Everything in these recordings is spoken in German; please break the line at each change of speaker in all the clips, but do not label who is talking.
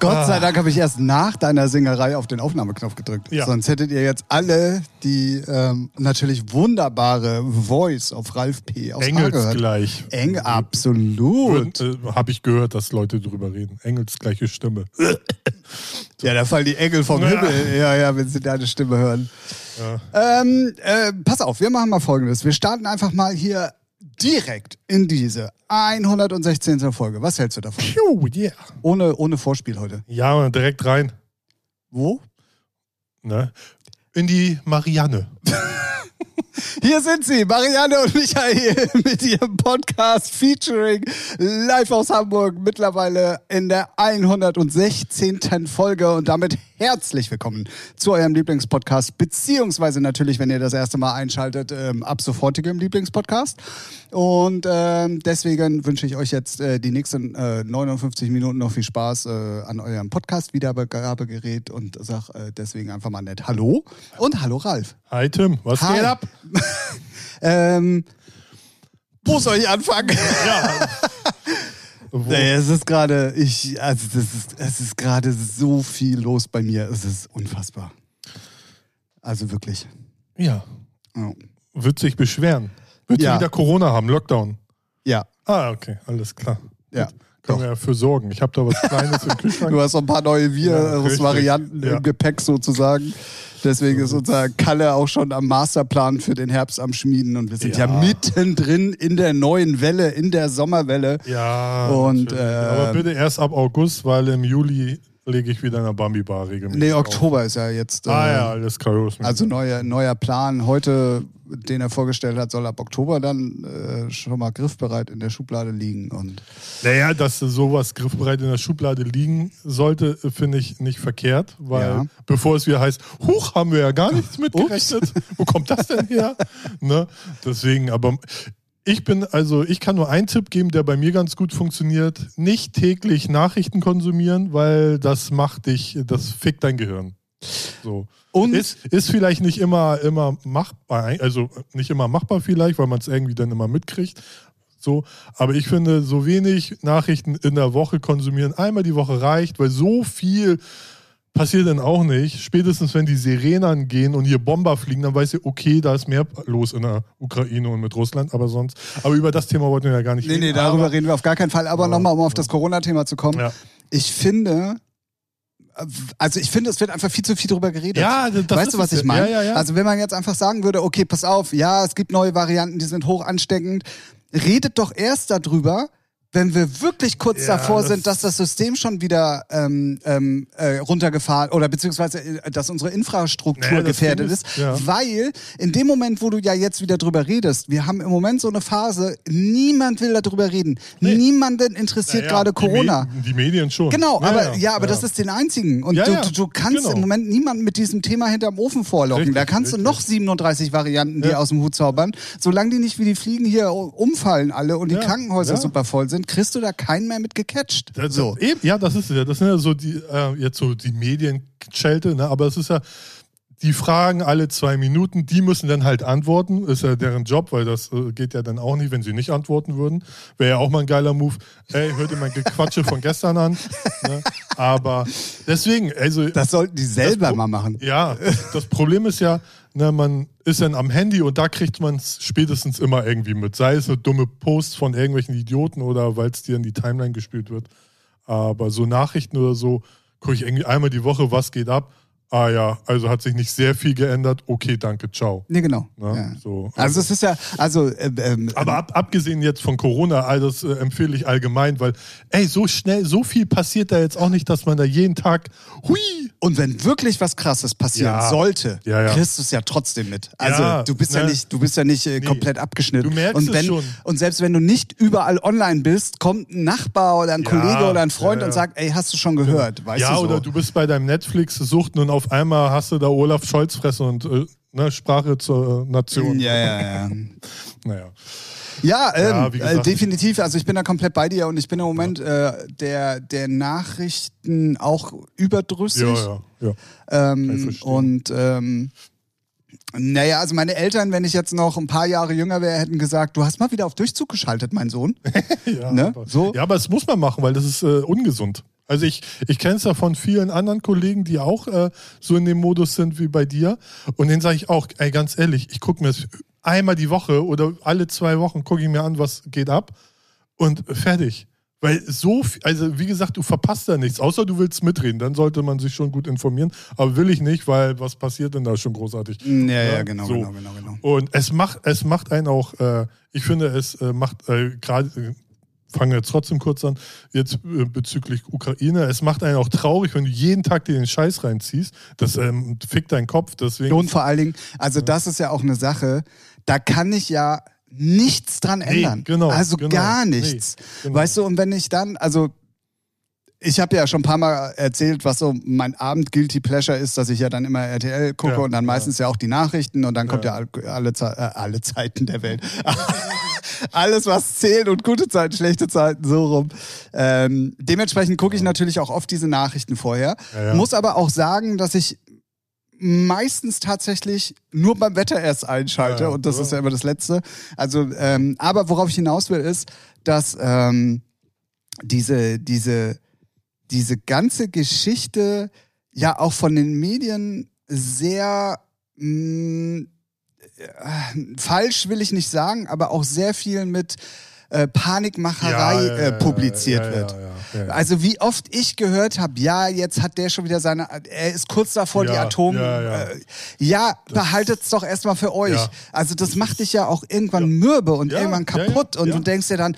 Gott
Ah.
sei Dank habe ich erst nach deiner Singerei auf den Aufnahmeknopf gedrückt.
Ja.
Sonst hättet ihr jetzt alle die ähm, natürlich wunderbare Voice auf Ralf P. aus Haar gehört.
Engelsgleich.
Eng, absolut.
Äh, Habe ich gehört, dass Leute drüber reden. Engelsgleiche Stimme.
Ja, da fallen die Engel vom
Ja.
Himmel. Ja, ja, wenn sie deine Stimme hören. Ähm, äh, pass auf, wir machen mal Folgendes. Wir starten einfach mal hier direkt in diese 116. Folge. Was hältst du davon?
Piu, yeah.
Ohne, ohne Vorspiel heute.
Ja, Mann, direkt rein.
Wo?
Ne? In die Marianne.
Hier sind sie, Marianne und Michael mit ihrem Podcast featuring live aus Hamburg, mittlerweile in der 116. Folge und damit herzlich willkommen zu eurem Lieblingspodcast, beziehungsweise natürlich, wenn ihr das erste Mal einschaltet, ähm, ab sofortigem Lieblingspodcast. Und ähm, deswegen wünsche ich euch jetzt äh, die nächsten äh, 59 Minuten noch viel Spaß äh, an eurem Podcast-Wiedergabegerät und sag äh, deswegen einfach mal nett Hallo und Hallo Ralf.
Hi Tim, was
Hi.
geht ab?
ähm, wo soll ich anfangen?
Ja. Wo-
Nee, es ist gerade, ich, also das ist, es ist gerade so viel los bei mir. Es ist unfassbar. Also wirklich. Oh.
Ja,
Ja.
wird sich beschweren. Wird
Ja.
sie wieder Corona haben, Lockdown.
Ja,
Ah, okay, alles klar.
ja.
Können
Doch.
wir ja für sorgen. Ich habe da was Kleines im
Du
Kühlschrank.
hast so ein paar
Ja,
neue
richtig.
Virus-Varianten
Ja.
im Gepäck sozusagen. Deswegen ist unser Kalle auch schon am Masterplan für den Herbst am Schmieden. Und wir sind ja,
Ja.
mittendrin in der neuen Welle, in der Sommerwelle.
Ja.
Und,
natürlich.
äh,
Aber bitte erst ab August, weil im Juli lege ich wieder in der Bambi-Bar regelmäßig.
Nee,
auf.
Oktober ist ja jetzt. äh,
Ah ja, alles klar. los mit-
Also neuer, neuer Plan heute, den er vorgestellt hat, soll ab Oktober dann äh, schon mal griffbereit in der Schublade liegen. Und
Naja, dass sowas griffbereit in der Schublade liegen sollte, finde ich nicht verkehrt, weil
Ja.
bevor es wieder heißt, huch, haben wir ja gar nichts mitgerechnet, wo kommt das denn her? ne? Deswegen, aber ich bin, also ich kann nur einen Tipp geben, der bei mir ganz gut funktioniert. Nicht täglich Nachrichten konsumieren, weil das macht dich, das fickt dein Gehirn. So.
Und-
ist, ist vielleicht nicht immer, immer machbar, also nicht immer machbar vielleicht, weil man es irgendwie dann immer mitkriegt. So, aber ich finde, so wenig Nachrichten in der Woche konsumieren, einmal die Woche reicht, weil so viel passiert dann auch nicht. Spätestens wenn die Sirenen gehen und hier Bomber fliegen, dann weiß ihr, okay, da ist mehr los in der Ukraine und mit Russland, aber sonst. Aber über das Thema wollten wir ja gar nicht
nee, nee, darüber reden wir auf gar keinen Fall. Aber
Ja,
nochmal, um auf das Corona-Thema zu kommen.
Ja.
Ich finde, äh, also ich finde, es wird einfach viel zu viel drüber geredet.
Ja, das
weißt
ist
du, was
es.
ich meine?
Ja, ja, ja.
Also wenn man jetzt einfach sagen würde, okay, pass auf, ja, es gibt neue Varianten, die sind hoch ansteckend. Redet doch erst darüber, wenn wir wirklich kurz
Ja,
davor
das-
sind, dass das System schon wieder ähm, ähm, äh, runtergefahren oder beziehungsweise, äh, dass unsere Infrastruktur
Naja, das
gefährdet
Ding
ist.
ist- ja.
Weil in dem Moment, wo du ja jetzt wieder drüber redest, wir haben im Moment so eine Phase, niemand will darüber reden. Niemanden interessiert
Naja,
gerade
die
Corona.
Medien- Die Medien schon.
Genau,
Ja,
aber
ja,
ja, aber das ist den einzigen. Und
Ja,
du,
ja,
du, du kannst
genau.
im Moment niemanden mit diesem Thema hinterm Ofen vorlocken.
Richtig,
da kannst
richtig.
du noch 37 Varianten dir
Ja.
aus dem Hut zaubern. Solange die nicht wie die Fliegen hier umfallen alle und die
Ja,
Krankenhäuser
ja.
super voll sind, kriegst du da keinen mehr mit gecatcht.
Das,
so.
das, eben, ja, das ist ja, das sind ja so die, äh, jetzt so die Medienschelte, ne? aber es ist ja, die fragen alle zwei Minuten, die müssen dann halt antworten, ist ja deren Job, weil das äh, geht ja dann auch nicht, wenn sie nicht antworten würden. Wäre ja auch mal ein geiler Move. Ey, hört ihr mein Gequatsche von gestern an? Ne? Aber deswegen, also.
Das sollten die selber
Pro-
mal machen.
Ja, das Problem ist ja, ne, man ist dann am Handy und da kriegt man es spätestens immer irgendwie mit. Sei es eine dumme Post von irgendwelchen Idioten oder weil es dir in die Timeline gespielt wird. Aber so Nachrichten oder so, gucke ich irgendwie einmal die Woche, was geht ab. Ah ja, also hat sich nicht sehr viel geändert. Okay, danke, ciao.
Nee, genau.
Ne?
Ja.
So.
Also es ist ja, also ähm, ähm,
Aber ab, abgesehen jetzt von Corona, all das äh, empfehle ich allgemein, weil, ey, so schnell, so viel passiert da jetzt auch nicht, dass man da jeden Tag, hui,
Und wenn wirklich was Krasses passieren
Ja.
sollte,
Ja, ja.
kriegst du es ja trotzdem mit. Also
Ja,
du bist ja
ne?
nicht, du bist ja nicht äh, komplett abgeschnitten.
Du merkst
und
es
wenn,
schon.
Und selbst wenn du nicht überall online bist, kommt ein Nachbar oder ein
Ja,
Kollege oder ein Freund
ja,
und
ja.
sagt, ey, hast du schon gehört? Weißt
ja,
du so?
oder du bist bei deinem Netflix-Suchten und auf einmal hast du da Olaf Scholz fressen und äh, ne, Sprache zur Nation.
ja, ja, ja.
Naja.
Ja, ähm,
Ja, wie
äh,
gesagt.
definitiv. Also ich bin da komplett bei dir und ich bin im Moment äh, der, der Nachrichten auch überdrüssig.
Ja, ja, ja. ich
Ähm,
verstehen.
und ähm, naja, also meine Eltern, wenn ich jetzt noch ein paar Jahre jünger wäre, hätten gesagt, du hast mal wieder auf Durchzug geschaltet, mein Sohn.
Ja,
Ne?
aber,
So?
ja, aber das muss man machen, weil das ist äh, ungesund. Also ich, ich kenne es ja von vielen anderen Kollegen, die auch äh, so in dem Modus sind wie bei dir. Und denen sage ich auch, ey, ganz ehrlich, ich gucke mir das einmal die Woche oder alle zwei Wochen gucke ich mir an, was geht ab. Und fertig. Weil so, viel- also wie gesagt, du verpasst da nichts, außer du willst mitreden, dann sollte man sich schon gut informieren. Aber will ich nicht, weil was passiert denn da schon großartig?
Ja, ja, genau,
so.
genau, genau, genau.
Und es macht, es macht einen auch, äh, ich finde, es äh, macht äh, gerade, äh, fangen wir jetzt trotzdem kurz an, jetzt äh, bezüglich Ukraine, es macht einen auch traurig, wenn du jeden Tag dir den Scheiß reinziehst. Das ähm, fickt deinen Kopf, deswegen.
Und vor allen Dingen, also das ist ja auch eine Sache, da kann ich ja nichts dran
Nee,
ändern.
genau,
also
genau,
gar
nee,
nichts.
genau.
Weißt du, und wenn ich dann, also ich habe ja schon ein paar Mal erzählt, was so mein Abend Guilty Pleasure ist, dass ich ja dann immer RTL gucke
Ja,
und dann
ja.
meistens ja auch die Nachrichten und dann kommt ja,
Ja.
all- alle, Ze- äh, alle Zeiten der Welt. Alles, was zählt und gute Zeiten, schlechte Zeiten, so rum. Ähm, dementsprechend gucke ich natürlich auch oft diese Nachrichten vorher.
Ja, ja.
Muss aber auch sagen, dass ich meistens tatsächlich nur beim Wetter erst einschalte
Ja,
und das
ja.
ist ja immer das Letzte. Also, ähm, aber worauf ich hinaus will, ist, dass ähm, diese, diese, diese ganze Geschichte ja auch von den Medien sehr mh, äh, falsch will ich nicht sagen, aber auch sehr viel mit äh, Panikmacherei äh, publiziert
ja,
wird.
Ja, ja, ja, ja.
Also wie oft ich gehört habe, ja, jetzt hat der schon wieder seine, er ist kurz davor, die
Ja,
Atom...
ja, ja.
Äh, ja behaltet's doch erstmal für euch.
Ja.
Also das macht dich ja auch irgendwann mürbe und
Ja,
irgendwann
ja, ja,
kaputt und
ja.
du denkst dir dann,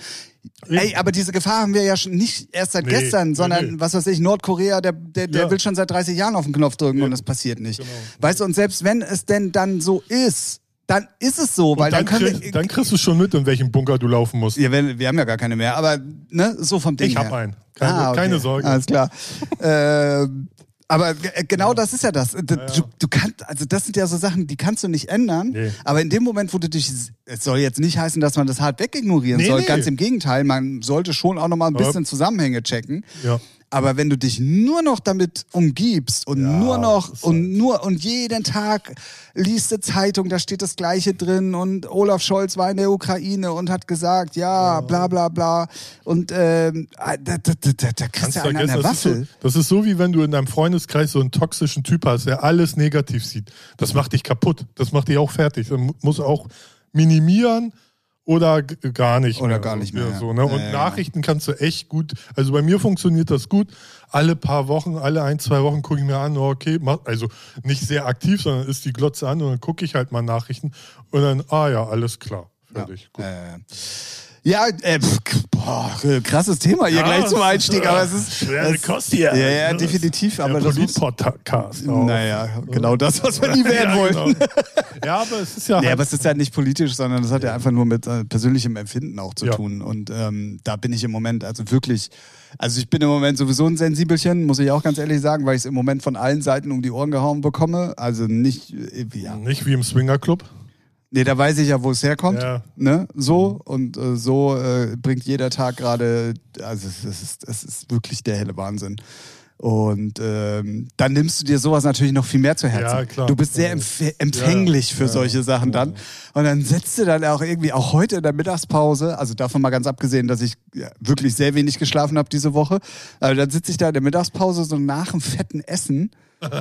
ey, aber diese Gefahr haben wir ja schon nicht erst seit
Nee,
gestern,
nee,
sondern
nee.
was weiß ich, Nordkorea, der, der, der
Ja.
will schon seit 30 Jahren auf den Knopf drücken und das passiert nicht.
Genau.
Weißt du, und selbst wenn es denn dann so ist, dann ist es so, weil
dann,
dann, können
krieg,
wir...
dann kriegst du schon mit, in welchem Bunker du laufen musst.
ja, wir, wir haben ja gar keine mehr, aber ne, so vom Ding
Ich
her.
hab einen. Keine,
Ah, okay.
keine Sorge.
Alles klar. ähm, aber g- äh, genau das ist ja das. D- Du, du kannst, also das sind ja so Sachen, die kannst du nicht ändern.
Nee.
Aber in dem Moment, wo du dich, es soll jetzt nicht heißen, dass man das hart weg ignorieren
Nee,
soll.
nee.
Ganz im Gegenteil, man sollte schon auch nochmal ein
Aber-
bisschen Zusammenhänge checken.
Ja.
Aber wenn du dich nur noch damit umgibst und
Ja,
nur noch
ist halt
und nur und jeden Tag liest eine Zeitung, da steht das Gleiche drin und Olaf Scholz war in der Ukraine und hat gesagt, ja, bla bla bla. Und ähm, ah, da, da, da, da, da kriegst
Kannst
du einen
vergessen,
an der
das, ist so,
Waffel.
das ist so, wie wenn du in deinem Freundeskreis so einen toxischen Typ hast, der alles negativ sieht. Das macht dich kaputt. Das macht dich auch fertig. Dann mu- musst du auch minimieren oder g- gar nicht.
Oder gar nicht mehr,
Ja,
ja.
So, ne?
Ja,
Und
ja, genau.
Nachrichten kannst du echt gut. Also bei mir funktioniert das gut. Alle paar Wochen, alle ein, zwei Wochen gucke ich mir an, oh, okay, mach, also nicht sehr aktiv, sondern ist die Glotze an und dann gucke ich halt mal Nachrichten und dann, ah ja, alles klar. Fertig. Gut.
Äh, ja, äh, pf, k- boah, krasses Thema hier
Ja,
gleich zum
es ist,
Einstieg,
äh,
aber es ist
schwere
es,
Kost hier.
Ja, ja,
Ne?
definitiv,
Der
aber das muss,
Polit-Podcast. auch.
naja, genau das, was wir nie werden wollten.
Ja, genau. ja, aber es ist ja.
Ja,
halt-
aber es ist ja nicht politisch, sondern das hat ja einfach nur mit äh, persönlichem Empfinden auch zu
Ja.
tun. Und ähm, da bin ich im Moment, also wirklich, also ich bin im Moment sowieso ein Sensibelchen, muss ich auch ganz ehrlich sagen, weil ich es im Moment von allen Seiten um die Ohren gehauen bekomme. Also nicht, äh, ja.
nicht wie im Swingerclub.
Nee, da weiß ich ja, wo es herkommt.
Ja. Mhm.
Ne? So und äh, so äh, bringt jeder Tag gerade, also es ist, es ist wirklich der helle Wahnsinn. Und ähm, dann nimmst du dir sowas natürlich noch viel mehr zu Herzen.
Ja, klar. Also
Du bist sehr empf empfänglich
Ja, genau.
für
ja,
solche Sachen dann. Und dann setzt du dann auch irgendwie, auch heute in der Mittagspause, also davon mal ganz abgesehen, dass ich ja, wirklich sehr wenig geschlafen habe diese Woche, aber dann sitze ich da in der Mittagspause so nach dem fetten Essen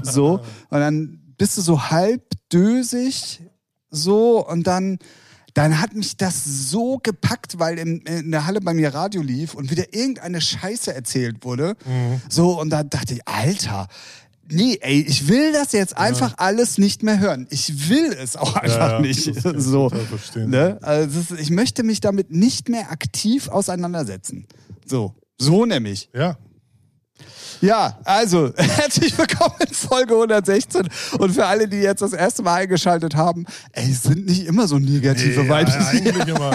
so und dann bist du so halb dösig so und dann dann hat mich das so gepackt, weil in, in der Halle bei mir Radio lief und wieder irgendeine Scheiße erzählt wurde.
Mhm.
So, und da dachte ich, Alter, nee, ey, ich will das jetzt einfach alles nicht mehr hören. Ich will es auch einfach
ja,
nicht.
das kann ich
so,
total verstehen.
ne? also, das ist, ich möchte mich damit nicht mehr aktiv auseinandersetzen. So, so nämlich.
Ja.
Ja, also herzlich willkommen in Folge 116. Und für alle, die jetzt das erste Mal eingeschaltet haben, ey, es sind nicht immer so negative
ja,
Vibes.
eigentlich immer.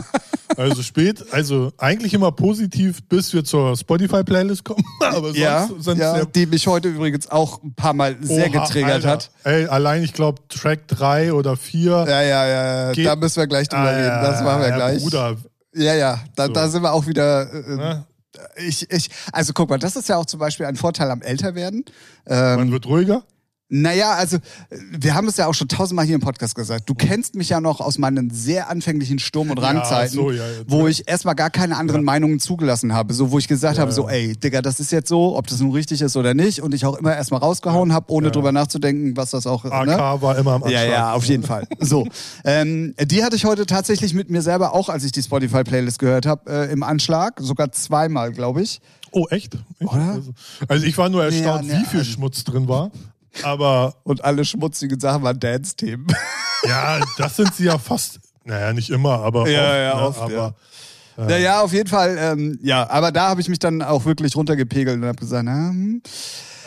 Also spät, also eigentlich immer positiv, bis wir zur Spotify-Playlist kommen. Aber sonst,
Ja,
sonst
ja,
sehr-
die mich heute übrigens auch ein paar Mal sehr
Oha,
getriggert
Alter.
hat.
Ey, allein, ich glaube, Track 3 oder 4.
Ja, ja, ja, ja,
Geht-
da müssen wir gleich drüber
Ah,
reden. Das machen wir
ja,
gleich.
Bruder,
Ja, ja, da, da sind wir auch wieder. Äh,
Ne?
ich, ich, also guck mal, das ist ja auch zum Beispiel ein Vorteil am Älterwerden. Ähm,
man wird ruhiger.
Naja, also wir haben es ja auch schon tausendmal hier im Podcast gesagt. Du kennst mich ja noch aus meinen sehr anfänglichen Sturm- und Rangzeiten,
ach so, ja, ja.
wo ich erstmal gar keine anderen Meinungen zugelassen habe. So, wo ich gesagt habe, so, ey, Digga, das ist jetzt so, ob das nun richtig ist oder nicht. Und ich auch immer erstmal rausgehauen habe, ohne drüber nachzudenken, was das auch ist.
AK
Ne?
war immer am Anschlag.
Ja, ja, auf jeden Fall. So, ähm, die hatte ich heute tatsächlich mit mir selber auch, als ich die Spotify-Playlist gehört habe, äh, im Anschlag. Sogar zweimal, glaube ich.
Oh, echt? Echt? Also, also ich war nur erstaunt,
nee,
wie viel
ähm.
Schmutz drin war. Aber
Und alle schmutzigen Sachen waren Dance-Themen.
ja, das sind sie ja fast. Naja, nicht immer, aber
Ja,
oft,
ja,
ne?
oft,
aber
ja. Naja, auf jeden Fall, ähm, ja, aber da habe ich mich dann auch wirklich runtergepegelt und habe gesagt, na, hm,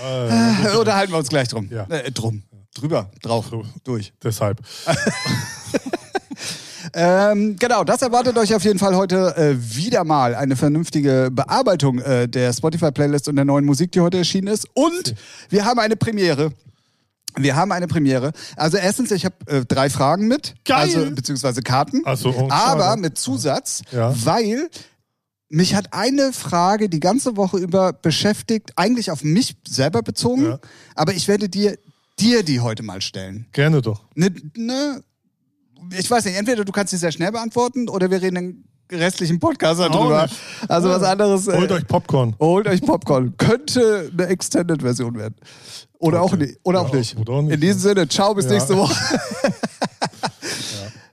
Äh,
äh, oder halten wir uns gleich drum.
Ja.
Äh, drum. Drüber, drauf, durch.
deshalb.
Ähm, genau, das erwartet euch auf jeden Fall heute äh, wieder mal eine vernünftige Bearbeitung äh, der Spotify-Playlist und der neuen Musik, die heute erschienen ist.
Hm.
Und wir haben eine Premiere. Wir haben eine Premiere. Also erstens, ich habe äh, drei Fragen mit,
Geil!
also beziehungsweise Karten,
Ach so, oh,
aber
schade.
mit Zusatz,
Ja.
weil mich hat eine Frage die ganze Woche über beschäftigt, eigentlich auf mich selber bezogen,
Ja.
aber ich werde dir dir die heute mal stellen.
Gerne doch.
Ne, ne, ich weiß nicht, entweder du kannst sie sehr schnell beantworten oder wir reden den restlichen Podcast darüber.
nicht.
Also was anderes. äh,
Holt euch Popcorn.
holt euch Popcorn. Könnte eine Extended-Version werden. Oder auch,
Okay.
nie, oder
Ja,
auch nicht.
oder auch nicht,
In diesem Sinne, ciao, bis
Ja.
nächste Woche.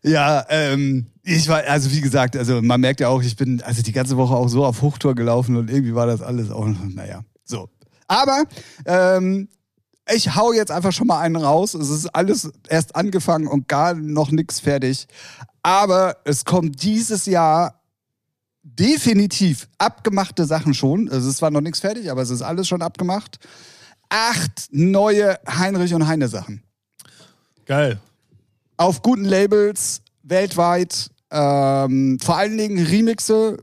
ja, ähm, ich war, also wie gesagt, also man merkt ja auch, ich bin also die ganze Woche auch so auf Hochtour gelaufen und irgendwie war das alles auch, naja, so. Aber ähm, ich hau jetzt einfach schon mal einen raus. Es ist alles erst angefangen und gar noch nichts fertig. Aber es kommt dieses Jahr definitiv abgemachte Sachen schon. Also Es ist zwar noch nichts fertig, aber es ist alles schon abgemacht. Acht neue Heinrich und Heine Sachen.
Geil.
Auf guten Labels, weltweit, ähm, vor allen Dingen Remixe.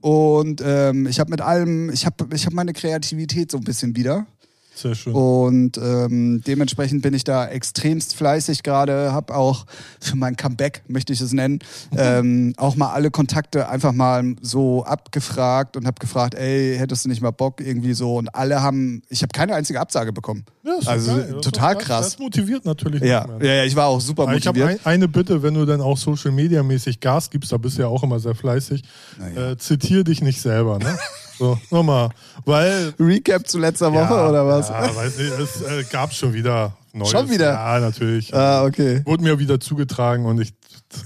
Und ähm, ich habe mit allem, ich habe ich hab meine Kreativität so ein bisschen wieder.
Sehr schön.
Oh. Und ähm, dementsprechend bin ich da extremst fleißig gerade, habe auch für mein Comeback, möchte ich es nennen, ähm, auch mal alle Kontakte einfach mal so abgefragt und habe gefragt, ey, hättest du nicht mal Bock irgendwie so? Und alle haben, ich habe keine einzige Absage bekommen.
Ja, ist doch
also
geil. Das ist
total
doch-
krass.
Das motiviert natürlich.
Ja,
nicht mehr.
ja, ja, ich war auch super
Aber ich habe
motiviert.
ein, eine Bitte, wenn du dann auch Social Media mäßig Gas gibst, da bist du ja auch immer sehr fleißig.
Naja.
Äh, zitier dich nicht selber, ne? so, nochmal. Weil.
Recap zu letzter Woche
Ja,
oder was?
Ja, weiß nicht, es äh, gab schon wieder Neues.
Schon wieder?
Ja, natürlich.
Ah, okay.
Wurde mir wieder zugetragen und ich,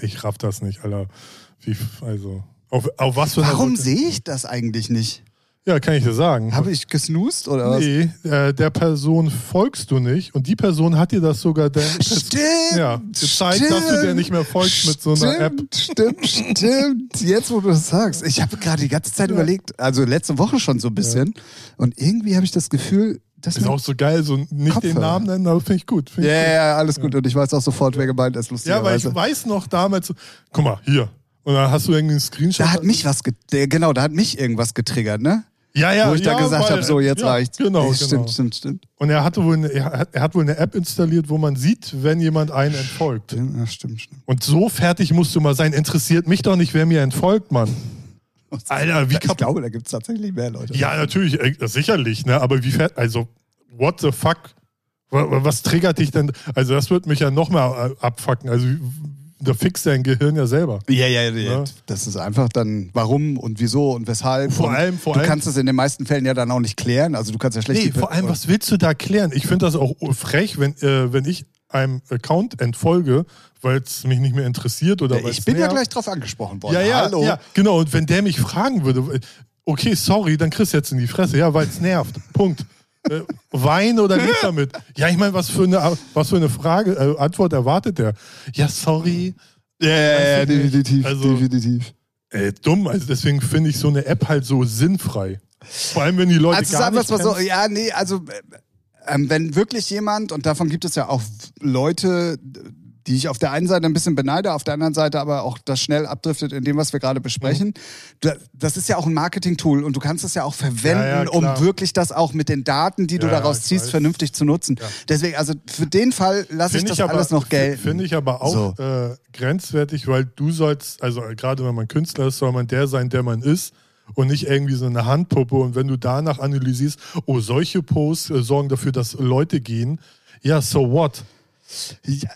ich raff das nicht, Alter. Wie, also. Auf, auf was für eine
Warum
Route-
sehe ich das eigentlich nicht?
Ja, kann ich dir sagen.
Habe ich gesnoost oder was?
Nee, äh, der Person folgst du nicht und die Person hat dir das sogar der,
Stimmt.
ja, gezeigt, dass du der nicht mehr folgst mit so einer App.
Stimmt, stimmt. Jetzt, wo du das sagst. Ich habe gerade die ganze Zeit überlegt, also letzte Woche schon so ein bisschen. Und irgendwie habe ich das Gefühl, dass
Ist
man-
auch so geil, so nicht den
Kopfhörer.
Namen nennen, aber finde ich gut. Find
Ja,
ich
ja, ja, alles gut. Und ich weiß auch sofort, wer gemeint ist,
gut. ja, weil
lustigerweise.
ich weiß noch damals, so, guck mal, hier. Und dann hast du irgendwie einen Screenshot.
da hat mich was, get äh, genau, da hat mich irgendwas getriggert, ne?
ja, ja,
wo ich
ja,
dann gesagt
weil-
habe, so, jetzt
ja,
reicht's.
Genau,
Äh,
genau.
stimmt, stimmt, stimmt.
Und er, hatte wohl eine, er, hat, er hat wohl eine App installiert, wo man sieht, wenn jemand einen entfolgt.
Ja, stimmt, stimmt.
Und so fertig musst du mal sein. Interessiert mich doch nicht, wer mir entfolgt, Mann. Alter, wie
Ich
kaputt.
glaube, da gibt es tatsächlich mehr Leute.
Ja, natürlich, äh, sicherlich, ne? Aber wie fährt, also, what the fuck? Wa- wa- Was triggert dich denn? Also, das wird mich ja nochmal abfucken. Also, wie- da fixt dein Gehirn ja selber.
Ja, ja, ja.
Ne?
Das ist einfach dann, warum und wieso und weshalb.
Vor
und
allem- vor
du
allem-
kannst es in den meisten Fällen ja dann auch nicht klären. Also du kannst ja schlecht.
Nee,
die-
vor allem, was willst du da klären? Ich finde das auch frech, wenn, äh, wenn ich einem Account entfolge, weil es mich nicht mehr interessiert oder
Ja,
weil's
ich bin ja
nervt.
gleich drauf angesprochen worden.
Ja, ja,
Oh, Hallo.
ja, genau. Und wenn der mich fragen würde, okay, sorry, dann kriegst du jetzt in die Fresse. Ja, weil es nervt. Punkt. Äh, Wein oder nicht damit? Ja, ich meine, was für eine, was für eine Frage, äh, Antwort erwartet der? Ja, sorry.
ja, ja, ja
Weiß ich nicht.
Äh, definitiv,
Also-
definitiv.
Äh, dumm. Also deswegen finde ich so eine App halt so sinnfrei. Vor allem, wenn die Leute
Also
gar
sagen wir
nicht
es mal so,
kennen.
ja, nee, also äh, ähm, wenn wirklich jemand, und davon gibt es ja auch Leute, die ich auf der einen Seite ein bisschen beneide, auf der anderen Seite aber auch das schnell abdriftet in dem, was wir gerade
Mhm.
besprechen. Da- Das ist ja auch ein Marketing-Tool und du kannst es ja auch verwenden,
Ja, ja,
um
klar.
wirklich das auch mit den Daten, die du
Ja,
daraus
ich
ziehst,
weiß.
vernünftig zu nutzen. Deswegen, also für den Fall lasse ich
Finde
das
aber-
alles noch gelten.
Finde ich aber auch
So.
äh, grenzwertig, weil du sollst, also äh, gerade wenn man Künstler ist, soll man der sein, der man ist und nicht irgendwie so eine Handpuppe. Und wenn du danach analysierst, oh, solche Posts äh, sorgen dafür, dass Leute gehen, ja, so what?
Ja.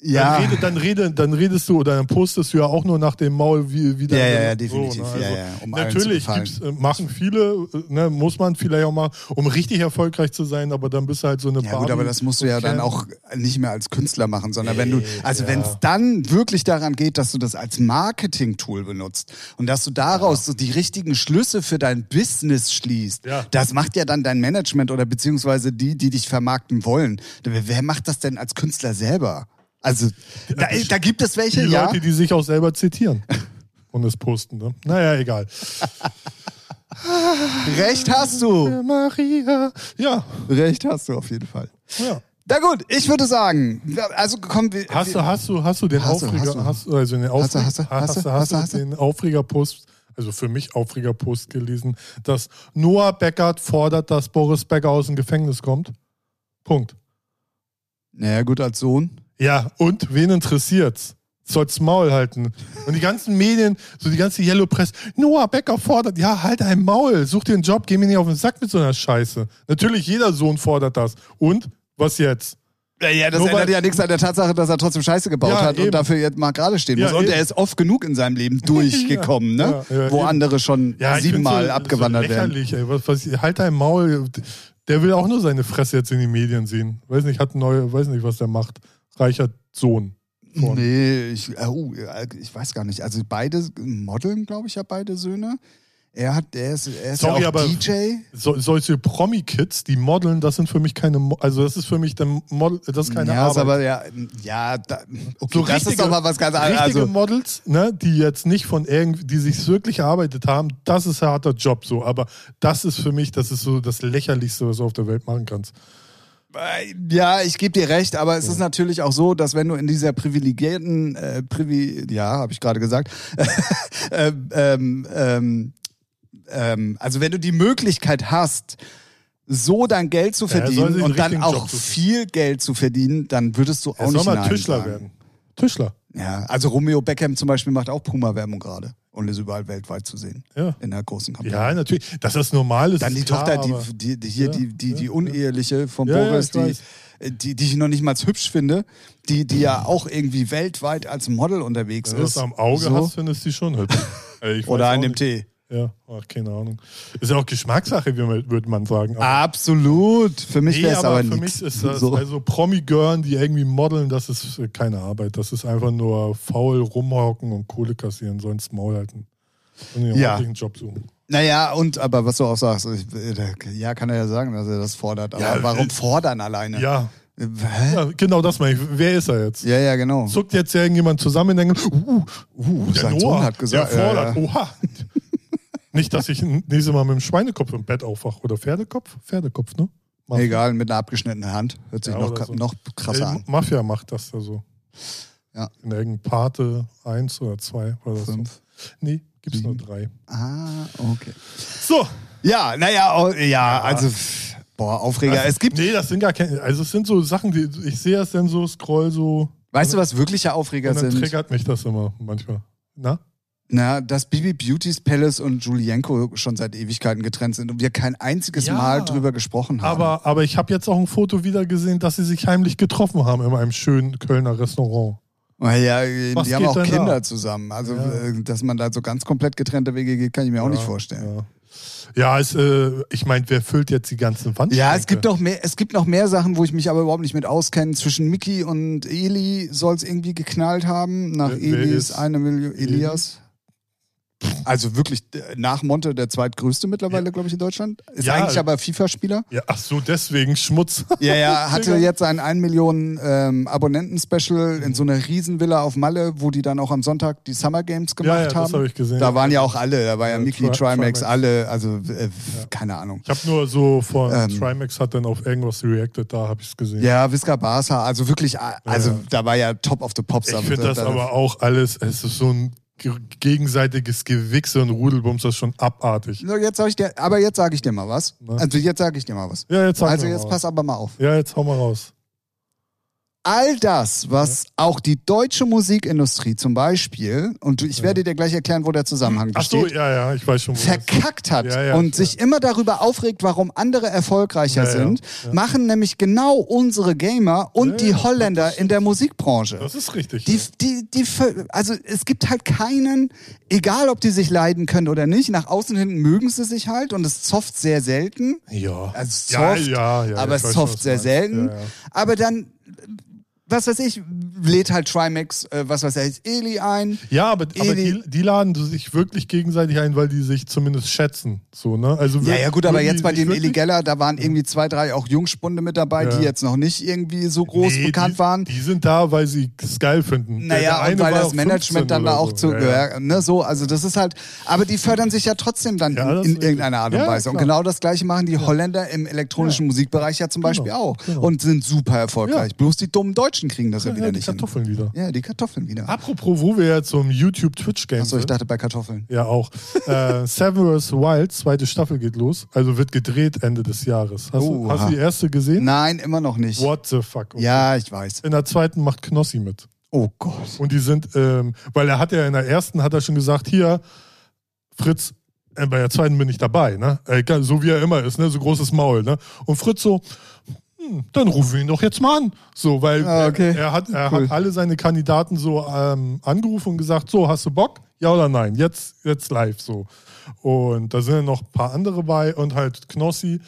Dann,
ja.
rede, dann, rede, dann redest du oder dann postest du ja auch nur nach dem Maul, wie, wie
Ja,
dann-
ja, ja, definitiv, ja, ja, um allen zu
ne? Also, natürlich
gefallen.
gibt's, äh, machen viele, äh, ne, muss man vielleicht auch machen, um richtig erfolgreich zu sein, aber dann bist du halt so eine
Ja gut,
Barbie-
aber das musst du ja dann
Ken-
auch nicht mehr als Künstler machen, sondern wenn du, also
ja.
wenn es dann wirklich daran geht, dass du das als Marketing-Tool benutzt und dass du daraus so die richtigen Schlüsse für dein Business schließt,
Ja.
das macht ja dann dein Management oder beziehungsweise die, die dich vermarkten wollen. Wer wer macht das denn als Künstler selber? Also, da,
das-
da gibt es
Die
welche, ja.
Leute, die sich auch selber zitieren und es posten. Ne? Naja, egal.
Recht hast du.
Maria. Ja,
Recht hast du auf jeden Fall.
ja.
Na gut, ich würde sagen, also kommen wir.
Hast du, hast du, hast du den
Hast du,
Aufreger,
hast du.
hast du, also den
Hast du,
Aufreger,
hast du, hast du, hast
hast
du,
du,
hast du?
den Aufregerpost, also für mich Aufregerpost gelesen, dass Noah Beckert fordert, dass Boris Becker aus dem Gefängnis kommt? Punkt.
Naja, gut, als Sohn.
Ja, und wen interessiert's? Soll's Maul halten. Und die ganzen Medien, so die ganze Yellow Press, Noah Becker fordert, ja, halt ein Maul, such dir einen Job, geh mir nicht auf den Sack mit so einer Scheiße. Natürlich, jeder Sohn fordert das. Und? Was jetzt?
Ja, das
Nur
ändert
weil-
ja nichts an der Tatsache, dass er trotzdem Scheiße gebaut
Ja,
hat und
eben.
dafür jetzt mal gerade stehen muss.
Ja,
und
eben.
er ist oft genug in seinem Leben durchgekommen, ne?
Ja, ja,
Wo
eben.
andere schon
ich
siebenmal
find's so-
abgewandert
so
werden.
lächerlich, Ey. Was, was, halt dein Maul. Der will auch nur seine Fresse jetzt in den Medien sehen. Weiß nicht, hat neue, weiß nicht, was der macht. Reicher Sohn. Vor.
Nee, ich, äh, uh, ich weiß gar nicht. Also beide modeln, glaube ich, ja beide Söhne. Er hat, er ist, er ist
Sorry,
ja auch
aber-
DJ.
So, solche Promi-Kids, die modeln, das sind für mich keine, Mo also das ist für mich dann Model, das ist keine
ja,
Arbeit.
ist aber ja, ja, da, okay,
So
das ist doch mal was ganz anderes.
Richtige
Also,
Models, ne, die jetzt nicht von irgendwie, die sich wirklich erarbeitet haben, das ist ein harter Job so. Aber das ist für mich, das ist so das Lächerlichste, was du auf der Welt machen kannst.
Äh, Ja, ich gebe dir recht, aber es ist natürlich auch so, dass wenn du in dieser privilegierten, äh, Privi ja, habe ich gerade gesagt, ähm, ähm, ähm, ähm, also wenn du die Möglichkeit hast, so dein Geld zu
er soll sich
verdienen
einen
und dann
richtigen
auch
Job suchen.
viel Geld zu verdienen, dann würdest du auch
Er
nicht
soll mal
Nein
Tischler
sagen.
werden. Tischler,
Ja, also Romeo Beckham zum Beispiel macht auch Puma-Werbung gerade und ist überall weltweit zu sehen
ja.
in einer großen Kampagne.
Ja, natürlich. Dass das normal ist.
Dann die
ist klar,
Tochter,
aber-
die, die, die hier,
Ja,
die, die,
ja,
die
ja.
uneheliche von
Ja, ja,
Boris,
ich
die,
weiß.
die, die ich noch nicht mal als hübsch finde, die, die ja auch irgendwie weltweit als Model unterwegs
Wenn du
ist.
das am Auge
So.
hast, findest du die schon hübsch. Ey, ich weiß
Oder
auch
an dem
nicht.
Tee.
Ja, ach, keine Ahnung. Ist ja auch Geschmackssache, wie man, würde man sagen. Aber-
Absolut. Für mich
Nee,
wäre es aber,
für
nichts.
mich ist das,
So.
also Promi-Girlen, die irgendwie modeln, das ist äh, keine Arbeit. Das ist einfach nur faul rumhocken und Kohle kassieren, sonst Maul halten. Und den
Ja.
ordentlichen Job suchen.
Naja, und aber was du auch sagst, ich, äh, ja, kann er ja sagen, dass er das fordert. Aber
Ja,
warum
äh,
fordern alleine?
Ja.
Äh, Hä?
ja, genau das meine ich. Wer ist er jetzt?
Ja, ja, genau.
Zuckt jetzt hier irgendjemand zusammen und denkt, uh, uh, der
Sein
Noah,
Sohn hat gesagt,
der fordert,
ja,
oha. Nicht, dass ich n- nächstes Mal mit dem Schweinekopf im Bett aufwache. Oder Pferdekopf? Pferdekopf, ne? Mafia.
Egal, mit einer abgeschnittenen Hand. Hört sich
Ja,
noch,
oder
ka-
so.
noch krasser
Ey,
an.
Mafia macht das da so.
Ja.
In irgendeinem Pate 1 oder 2 oder so.
Fünf.
Nee, gibt's nur
Sieben.
drei.
Ah, okay.
So.
Ja, naja, oh, ja, also, pff, boah, Aufreger. Es gibt
Nee, das sind gar keine. Also, es sind so Sachen, die ich sehe das dann so, scroll so.
Weißt du, was wirkliche Aufreger
Und dann
sind?
triggert mich das immer manchmal. Na?
Na, dass Bibi Beauty's Palace und Julienko schon seit Ewigkeiten getrennt sind und wir kein einziges
Ja,
Mal drüber gesprochen haben.
Aber, aber ich habe jetzt auch ein Foto wieder gesehen, dass sie sich heimlich getroffen haben in einem schönen Kölner Restaurant.
naja,
Was
die haben
geht
auch
denn da?
Kinder zusammen. Also,
Ja.
äh, dass man da so ganz komplett getrennte Wege geht, kann ich mir auch nicht vorstellen.
Ja, ja es, äh, ich meine, wer füllt jetzt die ganzen Wand?
Ja, es gibt noch mehr, es gibt noch mehr Sachen, wo ich mich aber überhaupt nicht mit auskenne. Zwischen Mickey und Eli soll es irgendwie geknallt haben. Nach
Wer- wer
Elis
ist
eine Million Elias. Also wirklich äh, nach Monte der zweitgrößte mittlerweile, glaube ich, in Deutschland. Ist
Ja.
eigentlich aber FIFA-Spieler.
Ja, ach so, deswegen Schmutz.
Ja, ja, hatte jetzt ein 1 Millionen ähm, Abonnenten-Special in so einer Riesenvilla auf Malle, wo die dann auch am Sonntag die Summer Games
ja, ja,
gemacht
das
haben.
habe ich gesehen.
Da waren ja auch alle, da war ja,
Ja,
Mickey,
Tri-
Trimax,
Trimax.
alle, also äh, keine Ahnung.
Ich habe nur so von
Ähm.
Trimax hat dann auf irgendwas reacted, da habe ich es gesehen.
Ja, Visca Barca, also wirklich, äh, also
ja.
da war ja top of the pops. ne?
ich finde das aber auch alles, es ist so ein ge- gegenseitiges Gewichse und Rudelbums, das ist schon abartig.
So, jetzt sag ich dir, aber jetzt sage ich dir mal was.
Ne?
Also jetzt sage ich dir mal was.
Ja, jetzt sag
Also
mir
jetzt
mal.
pass aber mal auf.
Ja, jetzt hau mal raus.
all das, was auch die deutsche Musikindustrie zum Beispiel, und ich werde dir gleich erklären, wo der Zusammenhang
Ach so,
besteht,
ja, ja, ich weiß schon. wo das-
verkackt hat
Ja, ja,
und
klar.
sich immer darüber aufregt, warum andere erfolgreicher
Ja, ja,
sind,
ja.
machen nämlich genau unsere Gamer und
Ja,
die
ja,
Holländer in der Musikbranche.
Das ist richtig.
Die, die, die, ver- also es gibt halt keinen, egal ob die sich leiden können oder nicht, nach außen hin mögen sie sich halt und es zofft sehr selten.
ja.
Also es
ja,
zofft,
ja, ja, ich
aber es
weiß schon,
zofft
was
sehr
du
selten.
meinst. Ja, ja.
Aber dann, was weiß ich, lädt halt Trimax, äh, was weiß ich, Eli ein.
Ja, aber, aber
Eli-
die, die laden sich wirklich gegenseitig ein, weil die sich zumindest schätzen. So, ne? also,
Ja, ja gut, aber jetzt bei dem
illegal
Illegeller, da waren irgendwie zwei, drei auch Jungspunde mit dabei,
Ja.
die jetzt noch nicht irgendwie so groß
Nee,
bekannt
die,
waren.
Die sind da, weil sie es geil finden. Der- der
Naja,
eine
und weil
war
das
auch 15
Management dann da
oder
auch
so.
zu,
Ja, ja.
ja, ne, so, also das ist halt, aber die fördern sich ja trotzdem dann
Ja, das
in,
ist
in
richtig.
irgendeiner Art und
Ja,
Weise. Und
klar.
genau das gleiche machen die Holländer im elektronischen Musikbereich ja zum Beispiel auch
genau.
und sind super erfolgreich.
Ja.
Bloß die dummen Deutschen kriegen das ja, wieder
ja, die
nicht hin.
Kartoffeln Ah, wieder.
Ja, die Kartoffeln wieder.
Apropos, wo wir ja zum YouTube-Twitch-Game
Achso, ich
sind.
dachte bei Kartoffeln.
Ja, auch. äh, Severus Wild, zweite Staffel geht los. Also wird gedreht Ende des Jahres. Hast, du,
Oha.
hast du die erste gesehen?
Nein, immer noch nicht.
What the fuck? Okay.
Ja, ich weiß.
In der zweiten macht Knossi mit.
Oh Gott.
Und die sind, ähm, weil er hat ja in der ersten, hat er schon gesagt, hier, Fritz, äh, bei der zweiten bin ich dabei, ne? Äh, ganz- so wie er immer ist, ne? So großes Maul, ne? Und Fritz so, hm, dann rufen wir ihn doch jetzt mal an. So, weil
Ah, okay.
er, er, hat, er
Cool.
hat alle seine Kandidaten so ähm, angerufen und gesagt, so, hast du Bock? Ja oder nein? Jetzt, jetzt live so. Und da sind ja noch ein paar andere bei und halt Knossi.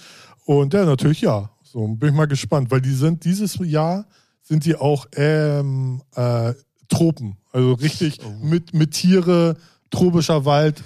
Und der natürlich ja. So, bin ich mal gespannt, weil die sind dieses Jahr sind die auch ähm, äh, Tropen. Also richtig mit, mit Tiere, tropischer Wald,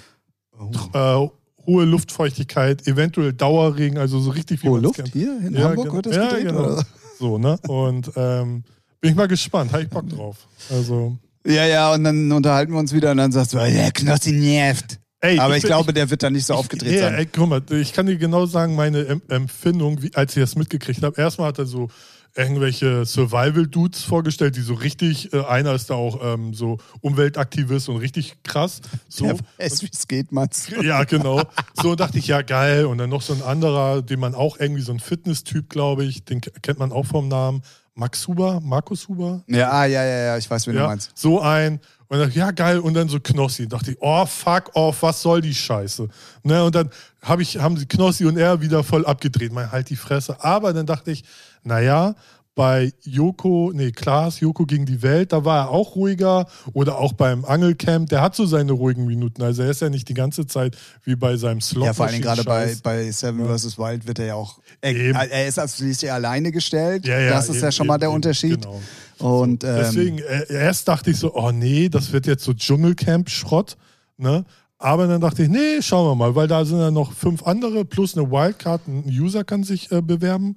tr- äh, hohe Luftfeuchtigkeit, eventuell Dauerregen, also so richtig wie
Hohe
man's
Luft
kennt.
hier in
Ja,
Hamburg
genau.
wird das
Ja,
gedreht?
genau.
Oder?
So, ne? Und ähm, bin ich mal gespannt, habe ich Bock drauf. Also,
Ja, ja, und dann unterhalten wir uns wieder und dann sagst du, der Knossi nervt.
ey,
Aber ich,
bin-
glaube, der wird dann nicht so
ich-
aufgedreht
nee,
sein.
Ey, guck mal, ich kann dir genau sagen, meine em Empfindung, wie, als ich das mitgekriegt habe. Erstmal hat er so irgendwelche Survival-Dudes vorgestellt, die so richtig, äh, einer ist da auch ähm, so Umweltaktivist und richtig krass. So.
Der weiß, wie es geht, Mats.
Ja, genau. So dachte ich, ja, geil. Und dann noch so ein anderer, den man auch irgendwie, so ein Fitness-Typ, glaube ich, den k- kennt man auch vom Namen. Max Huber, Markus Huber,
Ja, ah, ja, ja, ja, ich weiß, wen du
ja,
meinst.
so ein. Und dann, ja, geil. Und dann so Knossi. Dachte ich, oh, fuck off, was soll die Scheiße? Ne, und dann hab ich, haben sie Knossi und er wieder voll abgedreht. Mein, halt die Fresse. Aber dann dachte ich, naja, bei Joko, nee, Klaas, Joko gegen die Welt, da war er auch ruhiger. Oder auch beim Angelcamp, der hat so seine ruhigen Minuten. Also er ist ja nicht die ganze Zeit wie bei seinem Slot.
Ja, vor allem gerade bei,
Scheiß.
bei Seven vs. Wild wird er ja auch. Er,
Eben.
er ist als schließlich alleine gestellt.
Ja, ja,
das ist ja
eben,
schon mal
eben,
der
eben,
Unterschied.
genau.
Und ähm,
Deswegen, äh, erst dachte ich so, oh nee, das wird jetzt so Dschungelcamp-Schrott. Ne? Aber dann dachte ich, nee, schauen wir mal, weil da sind ja noch fünf andere plus eine Wildcard, ein User kann sich äh, bewerben.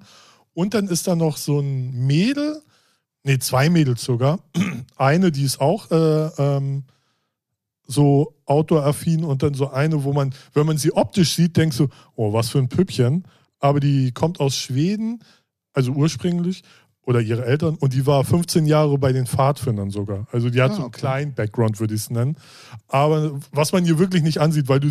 Und dann ist da noch so ein Mädel, nee, zwei Mädels sogar. Eine, die ist auch äh, ähm, so outdoor-affin und dann so eine, wo man, wenn man sie optisch sieht, denkst du, oh, was für ein Püppchen. Aber die kommt aus Schweden, also ursprünglich, oder ihre Eltern, und die war 15 Jahre bei den Pfadfindern sogar. Also die hat
Ah,
so einen
okay.
kleinen Background, würde ich es nennen. Aber was man hier wirklich nicht ansieht, weil du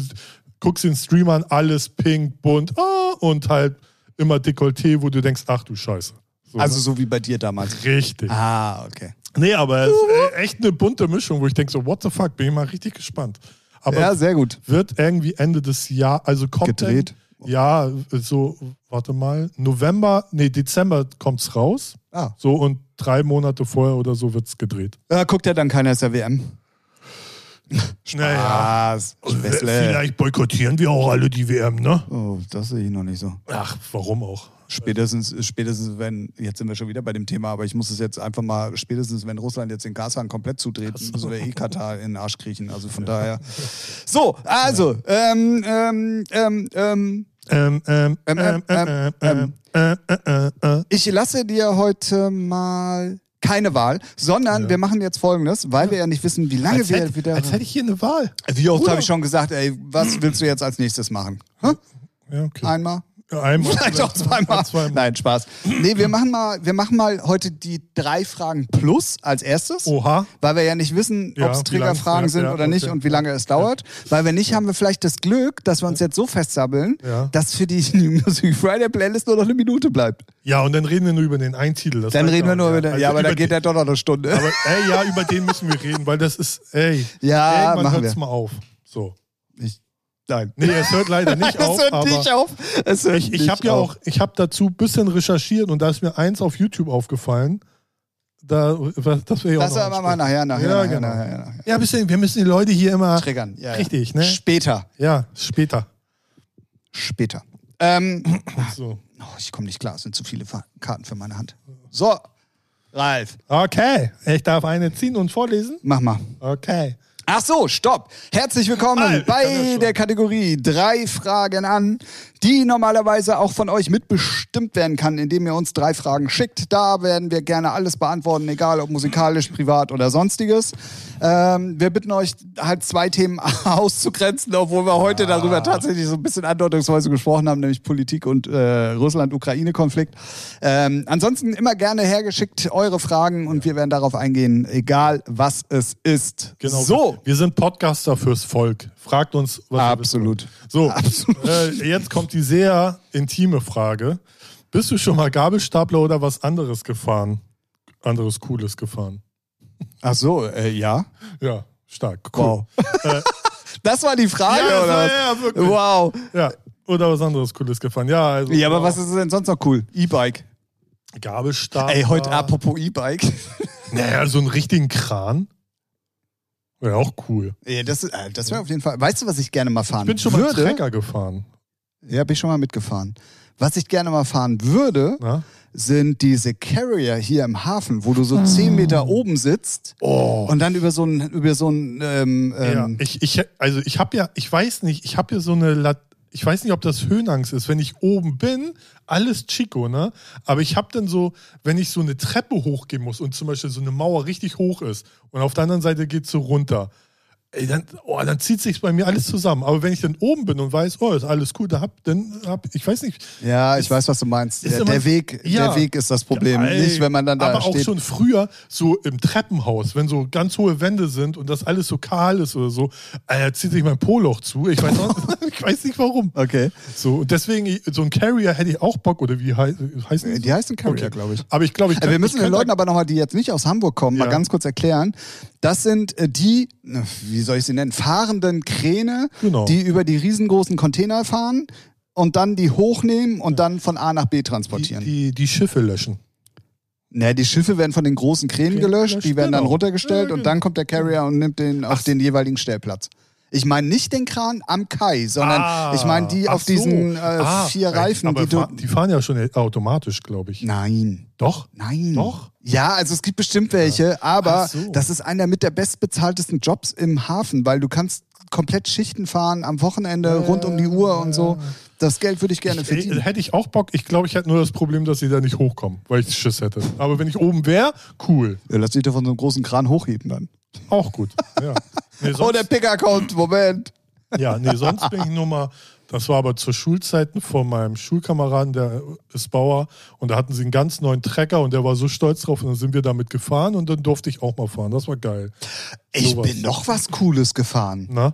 guckst den Streamer an, alles pink, bunt, ah, und halt immer Dekolleté, wo du denkst, ach du Scheiße. So, ne?
also so wie bei dir damals.
richtig.
Ah, okay.
Nee, aber es ist e- echt eine bunte Mischung, wo ich denke so, what the fuck, bin ich mal richtig gespannt. Aber
Ja, sehr gut.
wird irgendwie Ende des Jahres, also kommt
Gedreht?
Dann, ja, so, warte mal, November, nee, Dezember kommt's raus.
Ah.
So und drei Monate vorher oder so wird's gedreht.
Äh, guckt ja dann keiner SRWM.
Naja.
Was? Schwessle.
Äh, boykottieren wir auch alle die WM, ne?
Oh, das sehe ich noch nicht so.
Ach, warum auch?
Spätestens, spätestens wenn, jetzt sind wir schon wieder bei dem Thema, aber ich muss es jetzt einfach mal, spätestens wenn Russland jetzt den Gashahn komplett zudreht, müssen wir eh Katar in den Arsch kriechen. Also von daher. So, also, ähm, ähm, ähm, ähm,
Ähm, ähm,
Ähm, ähm,
ähm, ähm, ähm, ähm, äh, äh, äh.
ich lasse dir heute mal keine Wahl, sondern wir machen jetzt folgendes, weil wir ja nicht wissen, wie lange
Als
wir
hätte,
wieder.
als hätte ich hier eine Wahl.
wie oft
Bruder.
habe ich schon gesagt, ey, was willst du jetzt als nächstes machen? Hä?
Ja, okay.
Einmal,
Einmal,
Vielleicht auch zweimal. Nein, Spaß. Nee, wir machen mal, wir machen mal heute die drei Fragen plus als erstes.
Oha.
Weil wir ja nicht
Ja,
wissen, ob es
wie lange- ja,
Triggerfragen sind
ja,
oder nicht
okay.
und wie lange es dauert. Weil wenn nicht, haben wir vielleicht das Glück, dass wir uns jetzt so festsabbeln,
Ja.
dass für die New Music Friday Playlist nur noch eine Minute bleibt.
Ja, und dann reden wir nur über den einen Titel. Das
Dann
reicht
reden wir
auch,
nur über den.
Also
ja, aber dann
über
geht
den-
der doch noch eine Stunde.
Aber, ey, ja, über den müssen wir reden, weil das ist, ey.
Ja,
irgendwann
Ah, machen
hört's
wir.
mal auf. So.
Ich, nein.
Nee, es hört leider nicht
Das
auf.
hört
aber
nicht auf. Es hört
Ich, ich
nicht
habe ja
auf.
auch, ich habe dazu ein bisschen recherchiert und da ist mir eins auf YouTube aufgefallen. Da, was, das wäre ja auch
Das
noch
aber mal
ansprechen.
nachher, nachher,
Ja,
nachher,
genau.
nachher, nachher.
Ja, bisschen, wir müssen die Leute hier immer.
Triggern. Ja,
Richtig,
ja.
ne?
Später.
Ja, später.
Später. Ähm,
So.
oh, ich komme nicht klar, es sind zu viele Fa- Karten für meine Hand. So, Ralf,
Okay, ich darf eine ziehen und vorlesen.
mach mal.
Okay.
Ach so, stopp. Herzlich willkommen
Alter, kann ja
bei
schon.
der Kategorie drei Fragen an, die normalerweise auch von euch mitbestimmt werden kann, indem ihr uns drei Fragen schickt. Da werden wir gerne alles beantworten, egal ob musikalisch, privat oder sonstiges. Ähm, wir bitten euch halt zwei Themen auszugrenzen, obwohl wir heute darüber tatsächlich so ein bisschen andeutungsweise gesprochen haben, nämlich Politik und äh, Russland-Ukraine-Konflikt. Ähm, ansonsten immer gerne hergeschickt eure Fragen und wir werden darauf eingehen, egal was es ist.
Genau.
So.
Wir, wir sind Podcaster fürs Volk. Fragt uns, was
Ah,
ihr wissen
Absolut.
So,
Absolut.
Äh, jetzt kommt die sehr intime Frage. Bist du schon mal Gabelstapler oder was anderes gefahren? Anderes Cooles gefahren.
Ach so, äh, ja.
Ja, stark. Cool.
Wow. das war die Frage,
Ja,
oder was?
ja, ja, wirklich.
Wow.
Ja, oder was anderes Cooles gefahren. Ja, also.
Ja, aber was ist denn sonst noch cool? E-Bike.
Gabelstapler.
Ey, heute apropos E-Bike.
Naja, so einen richtigen Kran. Wäre auch cool.
Ja, das äh, das wäre auf jeden Fall. Weißt du, was ich gerne mal fahren
Ich bin schon mal
würde?
Trecker gefahren.
ja, bin ich schon mal mitgefahren. Was ich gerne mal fahren würde,
Na?
sind diese Carrier hier im Hafen, wo du so
Ah.
10 Meter oben sitzt
Oh.
und dann über so ein über so ein ähm,
Ja,
ähm,
ich, ich, also ich habe ja, ich weiß nicht, ich habe ja so eine, Lat ich weiß nicht, ob das Höhenangst ist. Wenn ich oben bin, alles Chico, ne? Aber ich habe dann so, wenn ich so eine Treppe hochgehen muss und zum Beispiel so eine Mauer richtig hoch ist und auf der anderen Seite geht's so runter, ey, dann, oh, dann zieht sich bei mir alles zusammen. Aber wenn ich dann oben bin und weiß, oh, ist alles gut, da hab, dann hab, ich weiß nicht.
ja, ich weiß, was du meinst.
ist
Der,
immer-
der Weg,
Ja.
der Weg ist das Problem,
Ey,
nicht wenn man dann da
Aber auch
steht.
schon früher, so im Treppenhaus, wenn so ganz hohe Wände sind und das alles so kahl ist oder so, Alter, zieht sich mein Poloch zu. Ich weiß, auch, ich weiß nicht warum.
okay.
So, und deswegen, ich- so ein Carrier hätte ich auch Bock, oder wie hei heißt
Äh, Die heißen Carrier, glaube ich.
Aber ich glaube, ich
Äh, Wir
könnte-
müssen
ich
den
könnte-
Leuten aber nochmal, die jetzt nicht aus Hamburg kommen, mal
Ja.
ganz kurz erklären. Das sind äh, die, na, wie soll ich sie nennen, fahrenden Kräne,
Genau.
die über die riesengroßen Container fahren und dann die hochnehmen und dann von A nach B transportieren. Die,
die, die, die Schiffe löschen.
naja, die Schiffe werden von den großen Kränen
Kränen
gelöscht, die
gelöscht,
werden dann
genau.
runtergestellt
Ja,
und
genau.
dann kommt der Carrier und nimmt den auf den jeweiligen Stellplatz. Ich meine nicht den Kran am Kai, sondern
Ah,
ich meine die
ach
auf diesen
so.
äh,
Ah,
vier Reifen,
aber
die du.
fa- die fahren ja schon automatisch, glaube ich.
Nein.
Doch?
Nein.
Doch?
Ja, also es gibt bestimmt welche, aber
Ach so.
das ist einer mit der bestbezahltesten Jobs im Hafen, weil du kannst komplett Schichten fahren am Wochenende rund um die Uhr und so. Das Geld würde ich gerne
Ich, äh,
verdienen.
hätte ich auch Bock. Ich glaube, ich hätte nur das Problem, dass sie da nicht hochkommen, weil ich Schiss hätte. Aber wenn ich oben wäre, cool.
ja, lass dich doch von so einem großen Kran hochheben dann.
Auch gut. Ja, nee,
Oh, der
sonst,
Picker kommt, Moment.
ja, nee, sonst bin ich nur mal. Das war aber zu Schulzeiten von meinem Schulkameraden, der ist Bauer. Und da hatten sie einen ganz neuen Trecker und der war so stolz drauf. Und dann sind wir damit gefahren und dann durfte ich auch mal fahren. Das war geil.
Ich
Sowas.
bin noch was Cooles gefahren.
Na?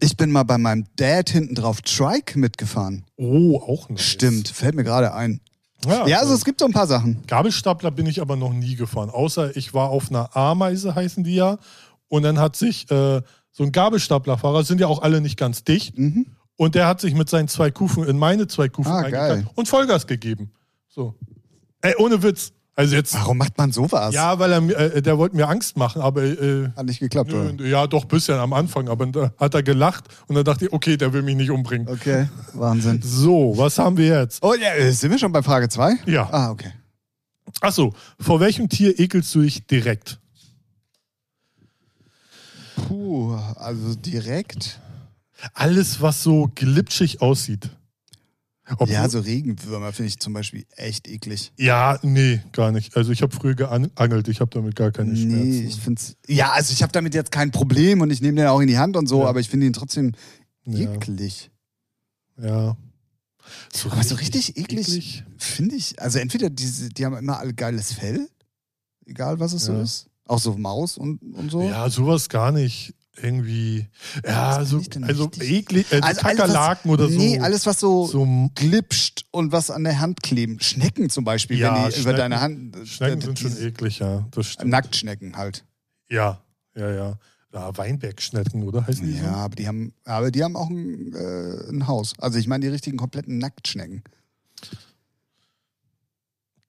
Ich bin mal bei meinem Dad hinten drauf Trike mitgefahren.
Oh, auch nicht.
Stimmt, fällt mir gerade ein.
Ja,
Ja, also es gibt so ein paar Sachen.
Gabelstapler bin ich aber noch nie gefahren, außer ich war auf einer Ameise, heißen die ja. Und dann hat sich äh, so ein Gabelstaplerfahrer, sind ja auch alle nicht ganz dicht,
Mhm.
und der hat sich mit seinen zwei Kufen in meine zwei Kufen
Ah,
eingekleidet
geil.
und Vollgas gegeben. So. Ey, ohne Witz. Also jetzt.
Warum macht man sowas?
Ja, weil er mir- äh, der wollte mir Angst machen, aber äh,
Hat nicht geklappt, oder?
nö, ja, doch ein bisschen am Anfang, aber da hat er gelacht und dann dachte ich, okay, der will mich nicht umbringen.
Okay, Wahnsinn.
So, was haben wir jetzt?
Oh ja, äh, sind wir schon bei Frage 2?
Ja.
Ah, okay.
Achso, vor welchem Tier ekelst du dich direkt?
Puh, also direkt.
alles, was so glitschig aussieht. Ob-
Ja, so Regenwürmer finde ich zum Beispiel echt eklig.
ja, nee, gar nicht. Also ich habe früher geangelt, ich habe damit gar keine
Nee,
Schmerzen.
ich finde es. Ja, also ich habe damit jetzt kein Problem und ich nehme den auch in die Hand und so,
Ja.
aber ich finde ihn trotzdem
Ja,
eklig.
ja. So
Aber so richtig eklig,
eklig.
finde ich. Also entweder diese, die haben immer alle geiles Fell, egal was es so
Ja.
ist. Auch so Maus und, und so.
Ja, sowas gar nicht. Irgendwie.
Was
Ja,
bin
so,
ich denn
also
richtig?
eklig. Äh,
alles,
Kakerlaken
was,
oder so.
Nee, alles, was so,
so
glitscht und was an der Hand klebt. Schnecken zum Beispiel,
Ja,
wenn die über
Schnecken-
deine Hand.
Schnecken
die-
sind schon
die-
eklig, ja. Das stimmt.
Nacktschnecken halt.
Ja, ja, ja. ja Weinbergschnecken, oder? Heißen die
Ja, aber die haben, aber die haben auch ein, äh, ein Haus. Also ich meine die richtigen kompletten Nacktschnecken.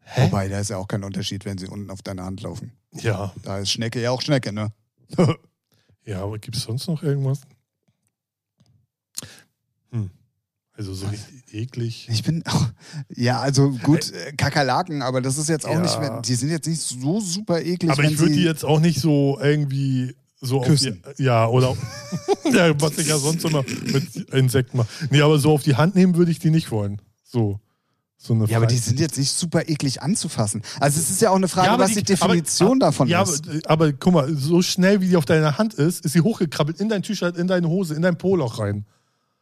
Hä?
Wobei, da ist ja auch kein Unterschied, wenn sie unten auf deiner Hand laufen.
so? Ja.
Da ist Schnecke ja auch Schnecke, ne?
Ja, aber gibt es sonst noch irgendwas? Hm. Also so richtig eklig.
Ich bin, ja, also gut, äh, Kakerlaken, aber das ist jetzt auch
Ja.
nicht, mehr- die sind jetzt nicht so super eklig.
aber
wenn
ich würde
sie,
die jetzt auch nicht so irgendwie so
Küssen.
auf die, Ja, oder ja, was ich ja sonst immer mit Insekten mache. Nee, aber so auf die Hand nehmen würde ich die nicht wollen. So. So eine
ja, aber die
Frage.
sind jetzt nicht super eklig anzufassen. Also es ist ja auch eine Frage,
Ja, aber
was die, Definition
aber,
davon
ja,
ist.
Aber, aber guck mal, so schnell wie die auf deiner Hand ist, ist sie hochgekrabbelt in dein T-Shirt, in deine Hose, in dein Polo auch rein.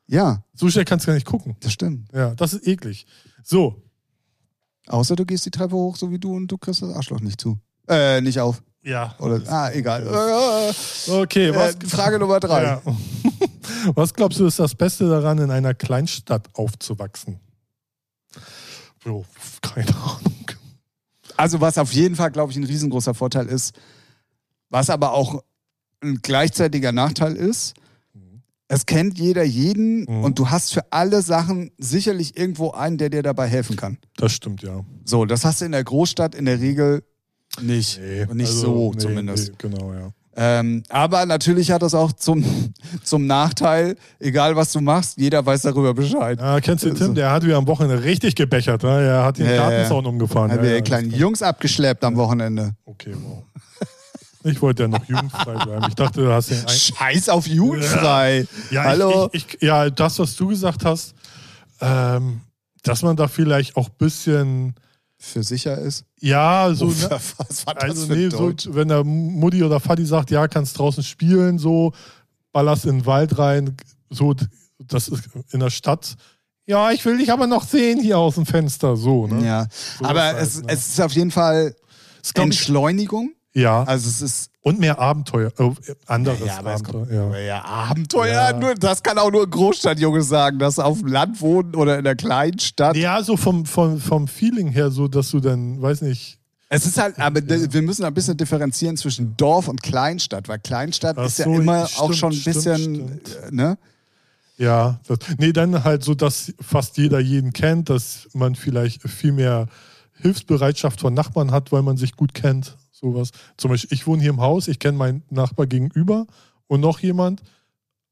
ja,
So schnell kannst du gar nicht gucken.
das stimmt.
Ja, das ist eklig. So,
Außer du gehst die Treppe hoch, so wie du, und du kriegst das Arschloch nicht zu. Äh, nicht auf.
ja.
Oder, ah, egal. Äh, äh,
Okay, was,
äh, Frage Nummer drei.
Ja. was glaubst du, ist das Beste daran, in einer Kleinstadt aufzuwachsen? Jo, keine Ahnung.
Also was auf jeden Fall, glaube ich, ein riesengroßer Vorteil ist, was aber auch ein gleichzeitiger Nachteil ist, es kennt jeder jeden
Mhm.
und du hast für alle Sachen sicherlich irgendwo einen, der dir dabei helfen kann.
Das stimmt, ja.
So, das hast du in der Großstadt in der Regel nicht.
Also, Nee,
Und nicht so zumindest.
nee, genau, ja.
Ähm, aber natürlich hat das auch zum, zum Nachteil, egal was du machst, jeder weiß darüber Bescheid.
Ah, kennst du
Also-
Tim? Der hat wieder am Wochenende richtig gebechert. Ne? Er hat den
Ja, ja, ja.
Gartenzaun umgefahren.
Haben
ja,
wir
ja,
kleinen Jungs abgeschleppt am Wochenende.
Okay, wow. Ich wollte ja noch jugendfrei bleiben. Ich dachte, du hast den ein
Scheiß auf Jugendfrei.
Ja,
Hallo.
Ich, ich, ich, ja, das, was du gesagt hast, ähm, dass man da vielleicht auch ein bisschen,
Für sicher ist. Oh,
ja, so, ne,
was war das
also
für
nee,
ein
so,
Deutsch?
wenn der Mutti oder Vati sagt, ja, kannst draußen spielen, so, ballerst in den Wald rein, so, das ist in der Stadt. Ja, ich will dich aber noch sehen hier aus dem Fenster, so, ne?
Ja,
So
aber
halt,
es,
ne?
es ist auf jeden Fall
Ist, glaub ich,
Entschleunigung.
ja,
Also es ist
und mehr Abenteuer, äh, anderes
Ja, aber es
Abenteuer,
kommt-
ja.
ja, Abenteuer.
Ja.
Nur, das kann auch nur ein Großstadtjunge sagen, dass er auf dem Land wohnen oder in der kleinen Stadt.
Ja, so vom, vom, vom Feeling her, so, dass du dann, weiß nicht,
Es ist halt, aber d- wir müssen ein bisschen differenzieren zwischen Dorf und Kleinstadt, weil Kleinstadt
Ach
ist ja
so,
immer
stimmt,
auch schon ein
stimmt,
bisschen,
stimmt.
äh, ne?
Ja, das, nee, dann halt so, dass fast jeder jeden kennt, dass man vielleicht viel mehr Hilfsbereitschaft von Nachbarn hat, weil man sich gut kennt. Sowas. Zum Beispiel, ich wohne hier im Haus, ich kenne meinen Nachbar gegenüber und noch jemand,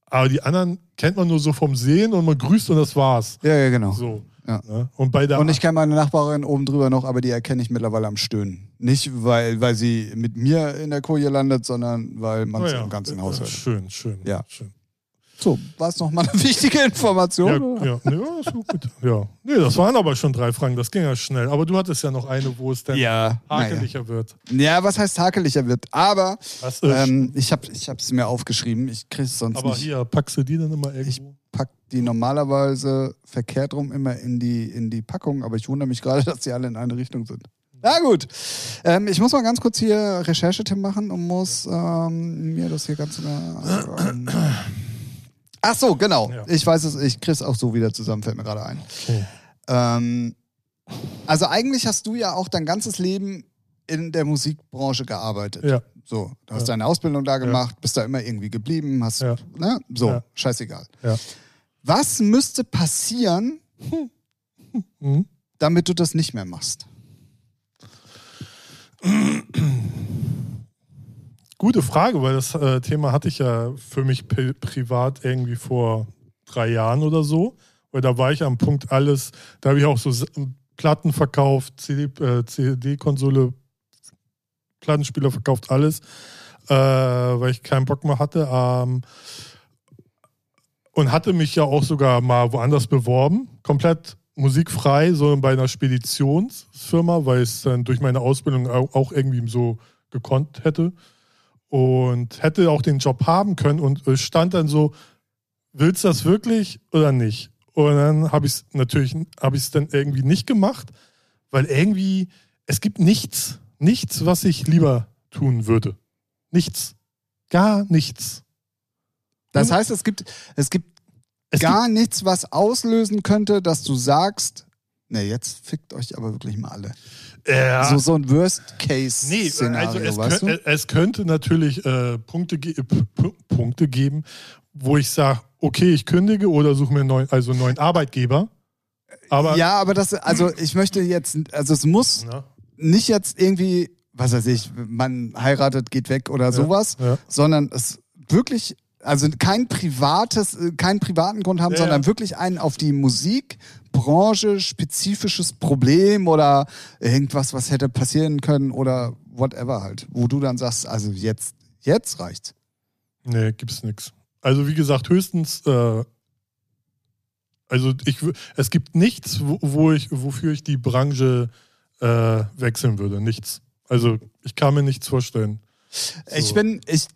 aber die anderen kennt man nur so vom Sehen und man grüßt und das war's.
Ja, ja, genau.
So.
Ja.
Ne? Und bei der
Und ich kenne meine Nachbarin oben drüber noch, aber die erkenne ich mittlerweile am Stöhnen. Nicht, weil, weil sie mit mir in der Koje landet, sondern weil man es
Ah ja,
im ganzen
äh,
Haus hört.
Schön, schön.
Ja.
schön.
So, war es nochmal eine wichtige Information?
Ja,
oder?
ja, ne, ja, ist gut. ja. Nee, das waren aber schon drei Fragen, das ging ja schnell. Aber du hattest ja noch eine, wo es dann
ja. Naja.
hakeliger wird. äh,
ja, was heißt hakeliger wird? Aber
Das ist
ähm, ich habe ich hab's mir aufgeschrieben, ich kriege es sonst
Aber
nicht.
hier, packst du die dann immer irgendwo?
Pack die normalerweise verkehrt rum immer in die, in die Packung, aber ich wundere mich gerade, dass die alle in eine Richtung sind. Na gut, ähm, ich muss mal ganz kurz hier Recherchetim machen und muss ähm, mir das hier ganz. Äh, ähm, Ach so, genau.
Ja.
Ich weiß es, ich krieg's auch so wieder zusammen, fällt mir gerade ein. Ähm, also eigentlich hast du ja auch dein ganzes Leben in der Musikbranche gearbeitet.
Ja.
So, du hast
Ja.
deine Ausbildung da gemacht, bist da immer irgendwie geblieben, hast,
Ja.
ne? So,
Ja.
scheißegal.
Ja.
Was müsste passieren,
Mhm.
damit du das nicht mehr machst?
Gute Frage, weil das äh, Thema hatte ich ja für mich pri privat irgendwie vor drei Jahren oder so. Weil da war ich am Punkt alles, da habe ich auch so S- Platten verkauft, CD, äh, CD-Konsole, Plattenspieler verkauft, alles, äh, weil ich keinen Bock mehr hatte. Ähm, und hatte mich ja auch sogar mal woanders beworben, komplett musikfrei, so bei einer Speditionsfirma, weil es dann durch meine Ausbildung au- auch irgendwie so gekonnt hätte und hätte auch den Job haben können und äh, stand dann so, willst du das wirklich oder nicht? Und dann habe ich es natürlich, habe ich es dann irgendwie nicht gemacht, weil irgendwie, es gibt nichts, nichts, was ich lieber tun würde. Nichts. Gar nichts.
Das heißt, es gibt, es gibt
Mhm. Es
gar nichts, was auslösen könnte, dass du sagst, na jetzt fickt euch aber wirklich mal alle.
gibt, äh,
So, so ein
Nee,
Worst-Case-Szenario,
also es,
weißt
könnt,
du?
es könnte natürlich äh, Punkte, ge äh, P- Punkte geben, wo ich sage, okay, ich kündige oder suche mir einen neuen, also einen neuen Arbeitgeber. Aber
ja, aber das, also ich möchte jetzt, also es muss
ne?
nicht jetzt irgendwie, was weiß ich, man heiratet, geht weg oder sowas,
ja.
sondern es wirklich, also kein privates, äh, keinen privaten Grund haben,
Ja,
sondern
ja.
wirklich einen auf die Musikbranche spezifisches Problem oder irgendwas, was hätte passieren können oder whatever halt, wo du dann sagst, also jetzt, jetzt reicht's.
Nee, gibt's nix. Also wie gesagt, höchstens, äh, also ich, wü- es gibt nichts, wo, wo ich, wofür ich die Branche äh, wechseln würde. Nichts. Also ich kann mir nichts vorstellen.
Ich bin, ich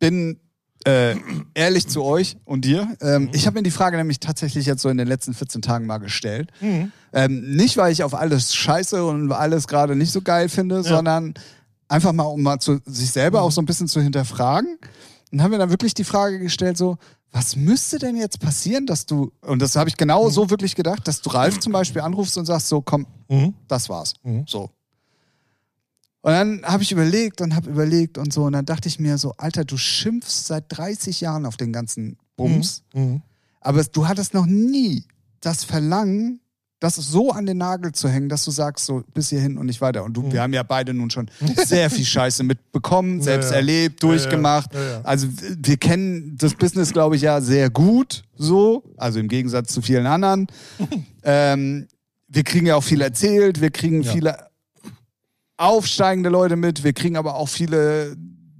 bin äh, ehrlich zu euch und dir.
Mhm.
Ähm, Ich habe mir die Frage nämlich tatsächlich jetzt so in den letzten 14 Tagen mal gestellt.
Mhm.
Ähm, nicht, weil ich auf alles scheiße und alles gerade nicht so geil finde, sondern einfach mal, um mal zu, sich selber auch so ein bisschen zu hinterfragen. Und haben wir dann wirklich die Frage gestellt, so, was müsste denn jetzt passieren, dass du, und das habe ich genau so wirklich gedacht, dass du Ralf zum Beispiel anrufst und sagst, so, komm,
Mhm.
das war's.
Mhm.
So. Und dann habe ich überlegt und habe überlegt und so. Und dann dachte ich mir so, Alter, du schimpfst seit 30 Jahren auf den ganzen Bums.
Mhm.
Aber es- du hattest noch nie das Verlangen, das so an den Nagel zu hängen, dass du sagst, so bis hierhin und nicht weiter. Und du, wir haben ja beide nun schon sehr viel Scheiße mitbekommen, selbst
Mhm. ja.
erlebt,
Ja, ja.
durchgemacht.
Äh, Ja, ja.
Also w- wir kennen das Business, glaube ich, ja sehr gut so. Also im Gegensatz zu vielen anderen. ähm, wir kriegen ja auch viel erzählt, wir kriegen
Ja.
viele aufsteigende Leute mit, wir kriegen aber auch viele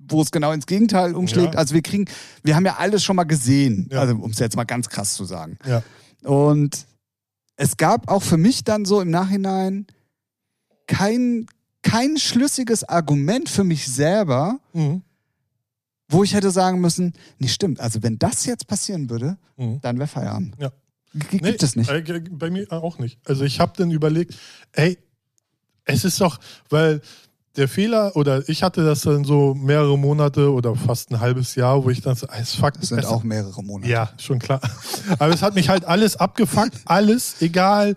wo es genau ins Gegenteil umschlägt.
Ja.
Also wir kriegen, wir haben ja alles schon mal gesehen,
Ja.
also um es jetzt mal ganz krass zu sagen.
Ja.
Und es gab auch für mich dann so im Nachhinein kein, kein schlüssiges Argument für mich selber,
Mhm.
wo ich hätte sagen müssen, nee, stimmt, also wenn das jetzt passieren würde,
Mhm.
dann wäre Feierabend.
Ja.
G-
Nee,
Gibt es nicht.
äh, g- bei mir auch nicht. Also ich habe dann überlegt, ey, es ist doch, weil der Fehler oder ich hatte das dann so mehrere Monate oder fast ein halbes Jahr, wo ich dann so, ey, es fuckt
Das sind
es,
auch mehrere Monate.
Ja, schon klar. Aber es hat mich halt alles abgefuckt, alles, egal.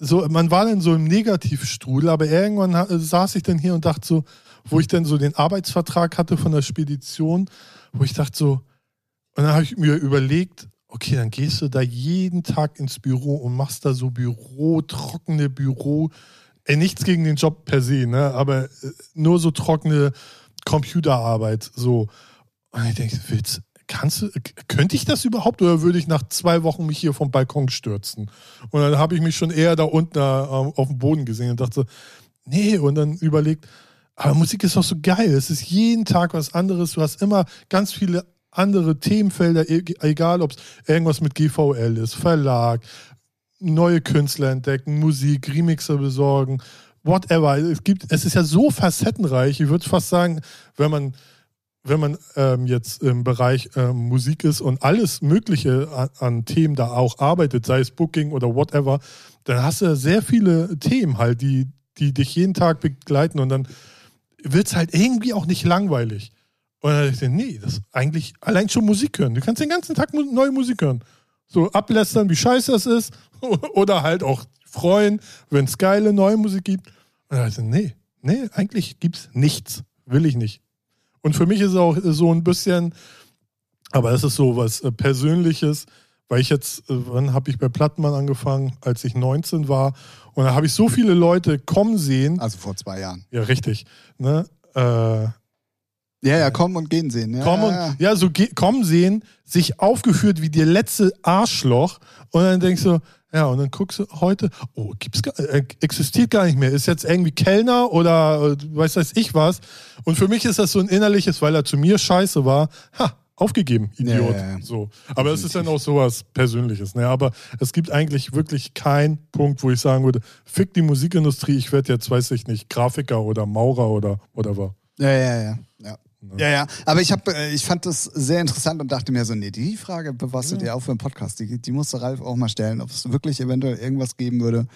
So, man war dann so im Negativstrudel, aber irgendwann ha- saß ich dann hier und dachte so, wo ich dann so den Arbeitsvertrag hatte von der Spedition, wo ich dachte so, und dann habe ich mir überlegt, okay, dann gehst du da jeden Tag ins Büro und machst da so Büro, trockene Büro. Ey, nichts gegen den Job per se, ne? Aber äh, nur so trockene Computerarbeit. So. Und ich denke, willst, kannst du, k- könnte ich das überhaupt oder würde ich nach zwei Wochen mich hier vom Balkon stürzen? Und dann habe ich mich schon eher da unten äh, auf dem Boden gesehen und dachte, nee, und dann überlegt, aber Musik ist doch so geil. Es ist jeden Tag was anderes. Du hast immer ganz viele andere Themenfelder, e- egal ob es irgendwas mit GVL ist, Verlag, neue Künstler entdecken, Musik, Remixer besorgen, whatever. Es, gibt, es ist ja so facettenreich. Ich würde fast sagen, wenn man, wenn man ähm, jetzt im Bereich ähm, Musik ist und alles Mögliche an, an Themen da auch arbeitet, sei es Booking oder whatever, dann hast du sehr viele Themen halt, die, die dich jeden Tag begleiten und dann wird es halt irgendwie auch nicht langweilig. Und dann dachte ich, nee, das ist eigentlich allein schon Musik hören. Du kannst den ganzen Tag mu- neue Musik hören. So ablästern, wie scheiße das ist. Oder halt auch freuen, wenn es geile neue Musik gibt. Und dann dachte ich, nee, nee, eigentlich gibt's nichts. Will ich nicht. Und für mich ist es auch so ein bisschen, aber es ist so was äh, Persönliches, weil ich jetzt, äh, wann habe ich bei Plattmann angefangen, als ich 19 war. Und da habe ich so viele Leute kommen sehen.
Also vor zwei Jahren.
Ja, richtig. Ne? Äh,
Ja, ja, kommen und gehen sehen. Ja,
kommen,
ja, ja.
und, ja, so ge- kommen sehen, sich aufgeführt wie der letzte Arschloch und dann denkst du, ja, und dann guckst du heute, oh, gibt's gar, äh, existiert gar nicht mehr, ist jetzt irgendwie Kellner oder äh, weiß weiß ich was. Und für mich ist das so ein innerliches, weil er zu mir scheiße war, ha, aufgegeben,
Ja,
Idiot.
ja, ja.
So. Aber es ist dann auch sowas Persönliches. Ne? Aber es gibt eigentlich wirklich keinen Punkt, wo ich sagen würde, fick die Musikindustrie, ich werde jetzt, weiß ich nicht, Grafiker oder Maurer oder whatever.
ja, ja, ja. ja.
Ne?
Ja, ja. Aber ich, hab, äh, ich fand das sehr interessant und dachte mir so, nee, die Frage bewahrst du dir auch für einen Podcast. Die, die musste Ralf auch mal stellen, ob es wirklich eventuell irgendwas geben würde.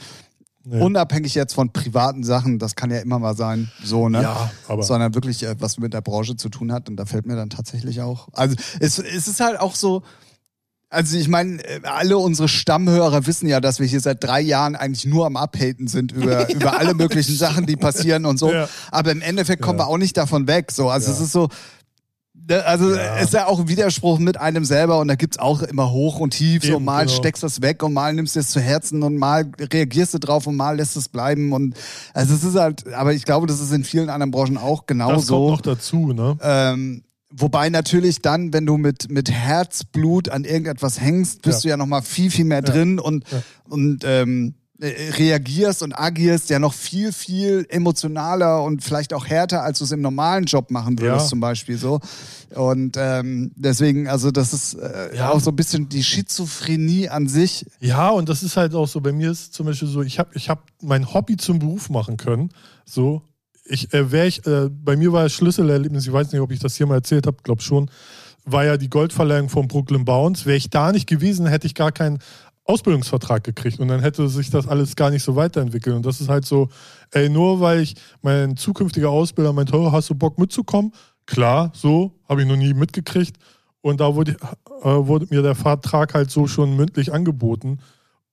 Nee.
Unabhängig jetzt von privaten Sachen, das kann ja immer mal sein, so, ne?
Ja, aber-
Sondern wirklich, äh, was mit der Branche zu tun hat. Und da fällt mir dann tatsächlich auch. Also, es, es ist halt auch so. Also ich meine, äh, alle unsere Stammhörer wissen ja, dass wir hier seit drei Jahren eigentlich nur am Abhaten sind über, über alle möglichen Sachen, die passieren und so.
Ja.
Aber im Endeffekt kommen
Ja.
wir auch nicht davon weg. So. Also
Ja.
es ist so, Ne, Also
Ja.
ist ja auch ein Widerspruch mit einem selber und da gibt's auch immer hoch und tief. so
Eben,
mal
genau.
steckst du es weg und mal nimmst du es zu Herzen und mal reagierst du drauf und mal lässt es bleiben. Und also es ist halt, aber ich glaube, das ist in vielen anderen Branchen auch
das kommt
genauso.
noch dazu, ne?
Ähm, wobei natürlich dann, wenn du mit, mit Herzblut an irgendetwas hängst, bist
Ja.
du ja nochmal viel, viel mehr drin und,
Ja.
und ähm, äh, reagierst und agierst ja noch viel, viel emotionaler und vielleicht auch härter, als du es im normalen Job machen
Ja.
würdest, zum Beispiel so. Und ähm, deswegen, also das ist äh,
Ja.
auch so ein bisschen die Schizophrenie an sich.
Ja, und das ist halt auch so, bei mir ist zum Beispiel so, ich habe ich hab mein Hobby zum Beruf machen können. So, ich, äh, wär ich, äh, bei mir war das Schlüsselerlebnis, ich weiß nicht, ob ich das hier mal erzählt habe, glaube schon, war ja die Goldverleihung von Brooklyn Bounce. Wäre ich da nicht gewesen, hätte ich gar keinen Ausbildungsvertrag gekriegt und dann hätte sich das alles gar nicht so weiterentwickelt. Und das ist halt so, ey, nur weil ich mein zukünftiger Ausbilder meint, oh, hast du Bock mitzukommen? Klar, so, habe ich noch nie mitgekriegt. Und da wurde, äh, wurde mir der Vertrag halt so schon mündlich angeboten.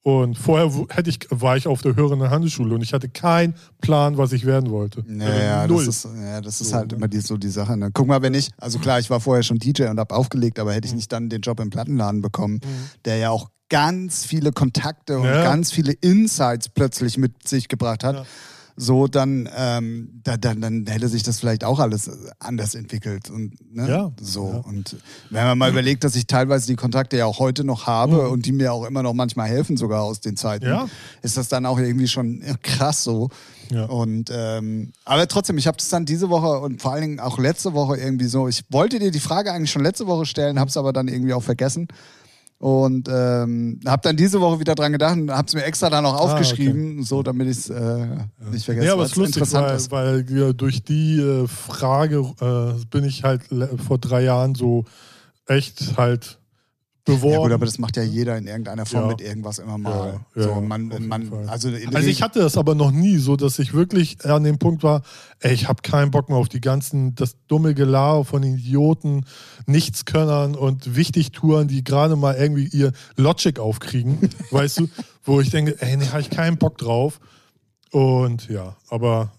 Und vorher wo- hätte ich, war ich auf der höheren Handelsschule und ich hatte keinen Plan, was ich werden wollte.
Naja,
Äh, Null.
das ist, ja, das ist
So,
halt
ne?
immer die, so die Sache. Ne? Guck mal, wenn ich, also klar, ich war vorher schon DJ und habe aufgelegt, aber
Mhm.
hätte ich nicht dann den Job im Plattenladen bekommen, der ja auch ganz viele Kontakte und
Ja.
ganz viele Insights plötzlich mit sich gebracht hat,
Ja.
so dann, ähm, da, dann, dann hätte sich das vielleicht auch alles äh, anders entwickelt und ne?
Ja.
so.
Ja. Mhm.
Und wenn man mal überlegt, dass ich teilweise die Kontakte ja auch heute noch habe und die mir auch immer noch manchmal helfen, sogar aus den Zeiten,
Ja.
ist das dann auch irgendwie schon krass so.
Ja.
Und ähm, aber trotzdem, ich habe das dann diese Woche und vor allen Dingen auch letzte Woche irgendwie so. Ich wollte dir die Frage eigentlich schon letzte Woche stellen, habe es aber dann irgendwie auch vergessen und ähm, habe dann diese Woche wieder dran gedacht und habe es mir extra dann auch aufgeschrieben, so damit ich es äh, nicht vergesse,
Ah, Ja, aber
weil
es
es
ist lustig,
interessant
weil,
ist.
weil ja, durch die äh, Frage äh, bin ich halt le- vor drei Jahren so echt halt beworben.
Ja gut, aber das macht ja jeder in irgendeiner Form
Ja.
mit irgendwas immer mal.
Ja, ja,
so, man,
auf jeden
man,
Fall.
also, in
also ich hatte das aber noch nie so, dass ich wirklich an dem Punkt war, ey, ich habe keinen Bock mehr auf die ganzen, das dumme Gelaber von Idioten, Nichtskönnern und Wichtigtouren, die gerade mal irgendwie ihr Logic aufkriegen, weißt du, wo ich denke, ey, nee, habe ich keinen Bock drauf. Und ja, aber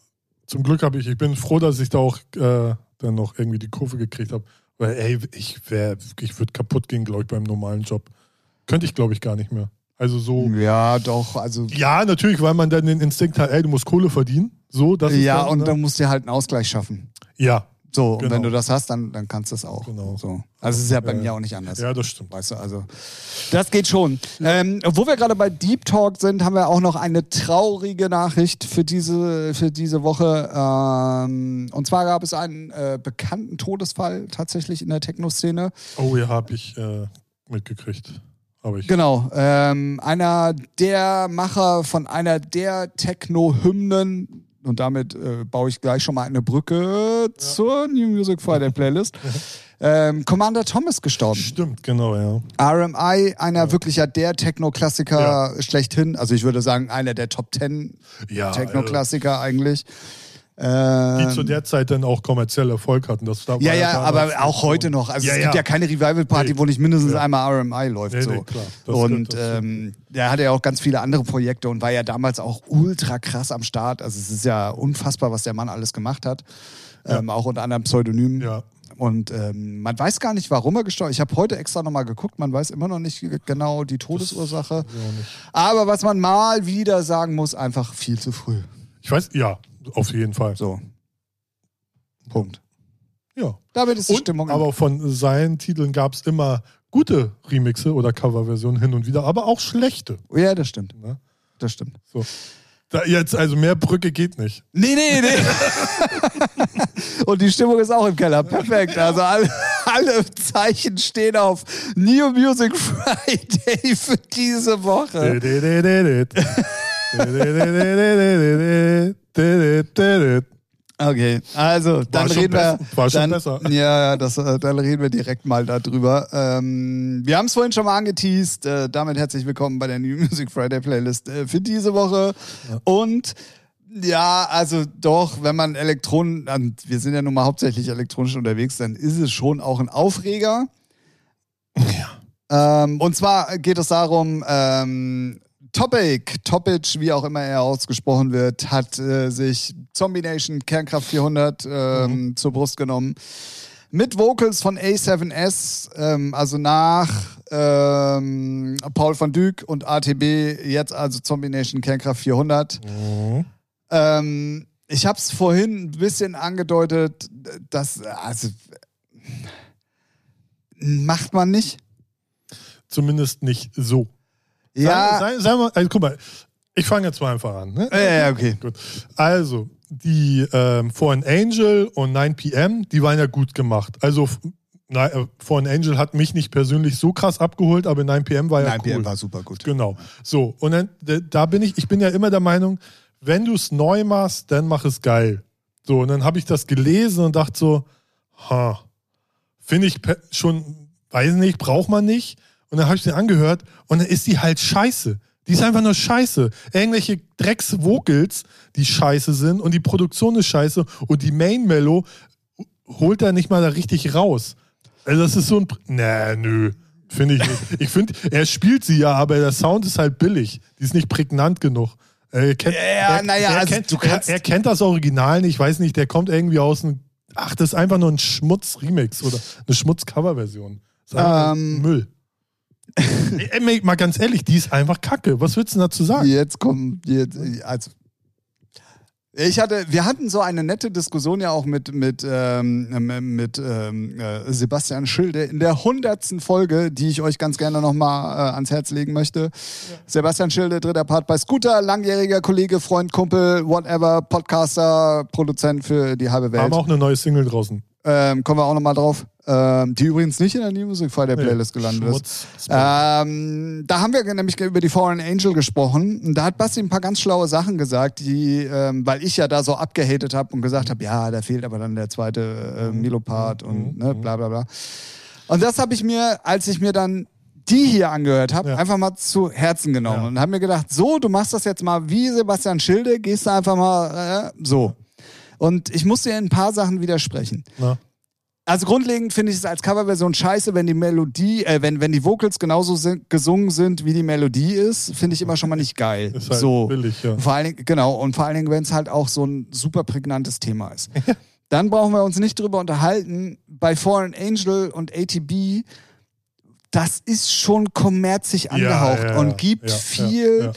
zum Glück habe ich, ich bin froh, dass ich da auch äh, dann noch irgendwie die Kurve gekriegt habe. Weil, ey, ich wär, ich würde kaputt gehen, glaube ich, beim normalen Job. Könnte ich, glaube ich, gar nicht mehr. Also
Mhm.
so.
ja, doch, also
Ja, natürlich, weil man dann den Instinkt hat, ey, du musst Kohle verdienen. So, das ist
ja,
dann,
und
ne?
dann musst du dir halt einen Ausgleich schaffen.
Ja,
So, und
Genau.
wenn du das hast, dann, dann kannst du es auch.
Genau.
So. Also es ist ja bei
Ja,
mir
ja.
auch nicht anders.
ja, das stimmt.
Weißt du, also das geht schon. Ähm, wo wir gerade bei Deep Talk sind, haben wir auch noch eine traurige Nachricht für diese, für diese Woche. Ähm, und zwar gab es einen äh, bekannten Todesfall tatsächlich in der Techno-Szene.
Oh, ja, habe ich äh, mitgekriegt. Aber ich.
Genau. Ähm, einer der Macher von einer der Techno-Hymnen. Und damit äh, baue ich gleich schon mal eine Brücke zur New Music Friday Playlist. ähm, Commander Tom ist gestorben.
Stimmt, genau, ja.
RMI, einer wirklich ja der Techno-Klassiker schlechthin. Also ich würde sagen, einer der Top 10
ja
Techno-Klassiker eigentlich. Ähm,
Die zu der Zeit dann auch kommerziell Erfolg hatten. Das war
ja, ja,
damals
aber auch
so.
heute noch. Also
Ja,
es gibt ja,
ja.
keine Revival-Party,
Nee.
wo nicht mindestens
Ja.
einmal RMI läuft.
Nee,
so.
nee, klar. Das
und
stimmt, das
ähm, der hatte ja auch ganz viele andere Projekte und war ja damals auch ultra krass am Start. Also es ist ja unfassbar, was der Mann alles gemacht hat. Ähm, auch unter anderem Pseudonymen.
Ja.
Und ähm, man weiß gar nicht, warum er gestorben ist. Ich habe heute extra nochmal geguckt, man weiß immer noch nicht ge- genau die Todesursache. Aber was man mal wieder sagen muss, einfach viel zu früh.
Ich weiß, ja, auf jeden Fall.
So. Punkt.
Ja.
Damit ist die
Und,
Stimmung.
aber von seinen Titeln gab es immer gute Remixe oder Coverversionen hin und wieder, aber auch schlechte.
ja, das stimmt.
Ne?
Das stimmt.
So. Da jetzt, also mehr Brücke geht nicht.
Nee, nee, nee. Und die Stimmung ist auch im Keller. Perfekt. Also alle, alle Zeichen stehen auf Neo Music Friday für diese Woche.
Dididididid. Didididididid. Dididididid.
Okay, also dann
schon
reden wir.
bess- war schon
dann,
besser.
Ja, ja, das, äh, dann reden wir direkt mal darüber. Ähm, wir haben es vorhin schon mal angeteased. Äh, damit herzlich willkommen bei der New Music Friday Playlist äh, für diese Woche. Und ja, also doch, wenn man Elektronen, und wir sind ja nun mal hauptsächlich elektronisch unterwegs, dann ist es schon auch ein Aufreger. Ähm, und zwar geht es darum, ähm, Topic, Topic, wie auch immer er ausgesprochen wird, hat äh, sich Zombie Nation Kernkraft 400 ähm,
Mhm.
zur Brust genommen. Mit Vocals von A7S, ähm, also nach ähm, Paul van Dyk und ATB, jetzt also Zombie Nation Kernkraft 400.
Mhm.
Ähm, ich habe es vorhin ein bisschen angedeutet, dass, also, macht man nicht.
Zumindest nicht so. Sei, sei, sei mal, also, guck mal, ich fange jetzt mal einfach an. Ne?
Ja, ja, okay.
Gut. Also, die ähm, Foreign Angel und 9pm, die waren ja gut gemacht. Also, f- na, äh, Foreign Angel hat mich nicht persönlich so krass abgeholt, aber 9pm war ja
Nein,
cool.
PM war super gut.
Genau. So, und dann, d- da bin ich, ich bin ja immer der Meinung, wenn du es neu machst, dann mach es geil. So, und dann habe ich das gelesen und dachte so, ha, finde ich pe- schon, weiß nicht, braucht man nicht. Und dann habe ich den angehört und dann ist die halt scheiße. Die ist einfach nur scheiße. Irgendwelche Drecks-Vocals, die scheiße sind und die Produktion ist scheiße und die Main-Mellow holt da nicht mal da richtig raus. Also das ist so ein... Pr- Nee, nö. Finde ich nicht. Ich finde, er spielt sie ja, aber der Sound ist halt billig. Die ist nicht prägnant genug. Er kennt,
Ja,
er,
na ja,
er,
also
kennt,
du kannst-
er, er kennt das Original nicht, ich weiß nicht, der kommt irgendwie aus einem... Ach, das ist einfach nur ein Schmutz-Remix oder eine Schmutz-Cover-Version. Das ist einfach
Ähm.
Müll. Ey, ey, mal ganz ehrlich, die ist einfach kacke. Was willst du denn dazu sagen?
Jetzt kommen, jetzt, also. Ich hatte, wir hatten so eine nette Diskussion ja auch mit, mit, ähm, mit ähm, äh, Sebastian Schilde in der hundertsten Folge, die ich euch ganz gerne nochmal äh, ans Herz legen möchte. Sebastian Schilde, dritter Part bei Scooter, langjähriger Kollege, Freund, Kumpel, whatever, Podcaster, Produzent für die halbe Welt.
Haben auch eine neue Single draußen.
Ähm, kommen wir auch nochmal drauf. Ähm, die übrigens nicht in der New Music Friday Playlist gelandet ist.
Schmutz.
Ähm, da haben wir nämlich über die Fallen Angel gesprochen. Und da hat Basti ein paar ganz schlaue Sachen gesagt, die, ähm, weil ich ja da so abgehatet habe und gesagt habe, ja, da fehlt aber dann der zweite äh,
Mhm.
Milopart und ne, bla bla bla. Und das habe ich mir, als ich mir dann die hier angehört habe,
Ja.
einfach mal zu Herzen genommen
Ja.
und habe mir gedacht, so, du machst das jetzt mal wie Sebastian Schilde, gehst da einfach mal äh, so. Und ich muss dir in ein paar Sachen widersprechen.
Na,
Also grundlegend finde ich es als Coverversion scheiße, wenn die Melodie, äh, wenn, wenn die Vocals genauso sin- gesungen sind, wie die Melodie ist, finde ich immer schon mal nicht geil.
ist halt
so.
billig, ja.
Und Vor allen Dingen, genau, und vor allen Dingen, wenn es halt auch so ein super prägnantes Thema ist. Dann brauchen wir uns nicht drüber unterhalten. Bei Fallen Angel und ATB, das ist schon kommerzig angehaucht
ja, ja,
und gibt
ja, ja,
viel
ja.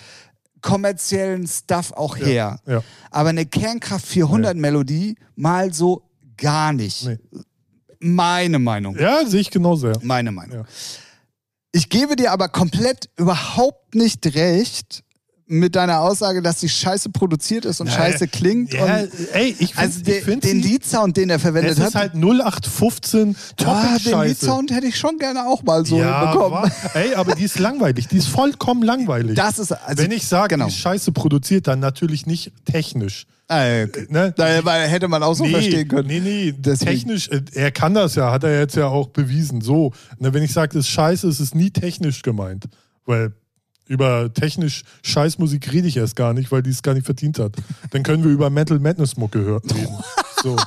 kommerziellen Stuff auch her.
Ja.
Aber eine Kernkraft 400-Melodie mal so gar nicht.
Nee.
Meine Meinung.
Ja, sehe ich genau genauso. Ja.
Meine Meinung.
Ja.
Ich gebe dir aber komplett überhaupt nicht recht mit deiner Aussage, dass die Scheiße produziert ist und Scheiße klingt.
Ja,
und
ey, ich finde
also der,
find
den
sie-
Liedsound, den er verwendet
Das
hat,
ist halt 0815
ah, den
Topic-Scheiße.
Liedsound hätte ich schon gerne auch mal so
ja,
bekommen.
wa- ey, aber die ist langweilig. Die ist vollkommen langweilig.
Das ist also
Wenn ich sage,
genau.
die ist Scheiße produziert, dann natürlich nicht technisch.
Ah, okay.
Ne?
da weil hätte man auch so verstehen können.
Nee, nee,
Deswegen.
technisch, äh, er kann das ja, hat er jetzt ja auch bewiesen. So, ne, wenn ich sage, das ist scheiße, ist es nie technisch gemeint. Weil über technisch Scheißmusik rede ich erst gar nicht, weil die es gar nicht verdient hat. Dann können wir über Metal Madness Mucke hören. Reden. So.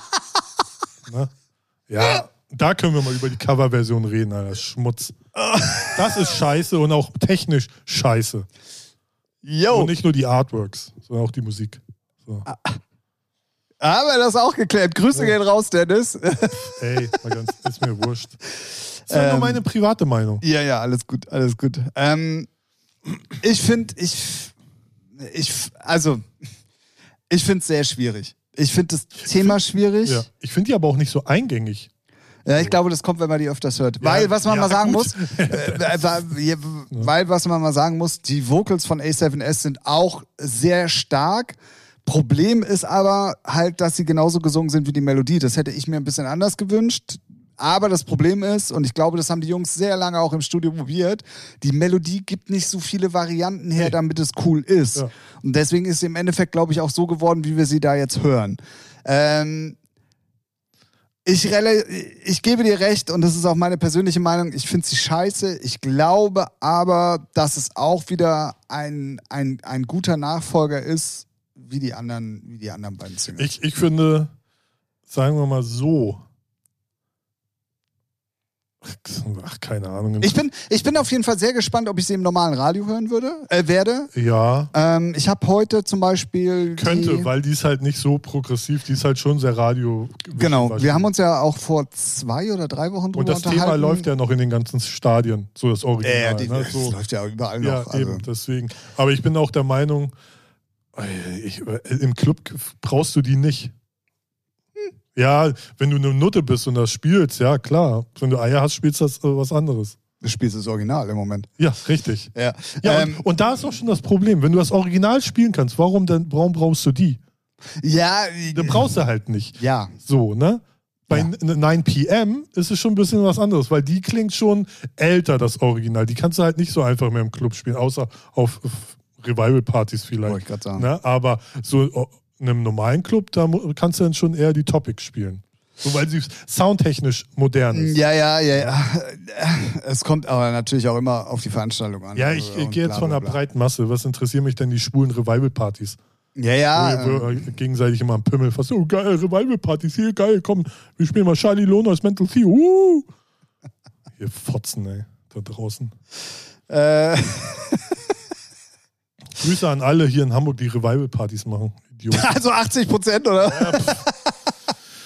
Ne? Ja, da können wir mal über die Coverversion reden, Alter. Schmutz. Das ist scheiße und auch technisch scheiße.
Yo,
Und nicht nur die Artworks, sondern auch die Musik. So.
haben wir das auch geklärt. Grüße gehen raus, Dennis.
Ey, mal ganz, ist mir wurscht. Das ist ja
Ähm,
nur meine private Meinung.
Ja, ja, alles gut, alles gut. Ähm, ich finde, ich, ich, also, ich finde es sehr schwierig. Ich finde das Thema schwierig.
Ja.
Ja.
Ich finde die aber auch nicht so eingängig.
ich glaube, das kommt, wenn man die öfters hört. weil, was man
ja,
mal sagen
gut.
muss, äh, weil, ja, weil, was man mal sagen muss, die Vocals von A7S sind auch sehr stark. Problem ist aber halt, dass sie genauso gesungen sind wie die Melodie. Das hätte ich mir ein bisschen anders gewünscht. Aber das Problem ist, und ich glaube, das haben die Jungs sehr lange auch im Studio probiert, die Melodie gibt nicht so viele Varianten her, damit es cool ist.
Ja.
Und deswegen ist sie im Endeffekt, glaube ich, auch so geworden, wie wir sie da jetzt hören. Ähm, ich, rela- ich gebe dir recht und das ist auch meine persönliche Meinung. Ich finde sie scheiße. Ich glaube aber, dass es auch wieder ein, ein, ein guter Nachfolger ist, wie die anderen, wie die anderen beiden Singles.
Ich, ich finde, sagen wir mal so. Ach, keine Ahnung.
Ich bin, ich bin auf jeden Fall sehr gespannt, ob ich sie im normalen Radio hören würde, äh, werde.
ja,
Ähm, ich habe heute zum Beispiel.
könnte,
die,
weil die ist halt nicht so progressiv, die ist halt schon sehr radio.
Genau, wir haben uns ja auch vor zwei oder drei Wochen drüber
Und das
unterhalten.
Thema läuft ja noch in den ganzen Stadien, so das Original.
Äh, die,
ne?
das
so.
läuft ja überall
Ja,
noch. also.
eben, deswegen. Aber ich bin auch der Meinung, äh, ich, äh, im Club k- brauchst du die nicht.
Hm.
Ja, wenn du eine Nutte bist und das spielst, ja klar. Wenn du Eier hast, spielst du das, äh, was anderes.
Du spielst das Original im Moment.
Ja, richtig.
Ja,
Ja,
ähm,
und, und da ist auch schon das Problem. Wenn du das Original spielen kannst, warum denn warum brauchst du die?
ja,
Dann brauchst du halt nicht.
ja.
So, ne? Bei
Ja.
N- 9 PM ist es schon ein bisschen was anderes, weil die klingt schon älter, das Original. Die kannst du halt nicht so einfach mehr im Club spielen, außer auf auf Revival-Partys
Wollte ich
vielleicht.
gerade sagen.
Ne? Aber so o- in einem normalen Club, da mu- kannst du dann schon eher die Topics spielen. So, weil sie soundtechnisch modern ist.
Ja, ja, ja, ja. Es kommt aber natürlich auch immer auf die Veranstaltung an.
Ja, ich,
Also,
ich
und
gehe jetzt
bla,
von
bla,
der
bla.
breiten Masse. Was interessieren mich denn die schwulen Revival-Partys?
Ja, ja.
wo
ähm,
wir äh, gegenseitig immer am Pimmel fast, oh geil, Revival-Partys, hier geil, komm, wir spielen mal Charlie Lonas Mental Theo. Uh! Ihr Fotzen, ey, da draußen.
Äh,
Grüße an alle hier in Hamburg, die Revival-Partys machen. Idioten.
also 80 Prozent, oder?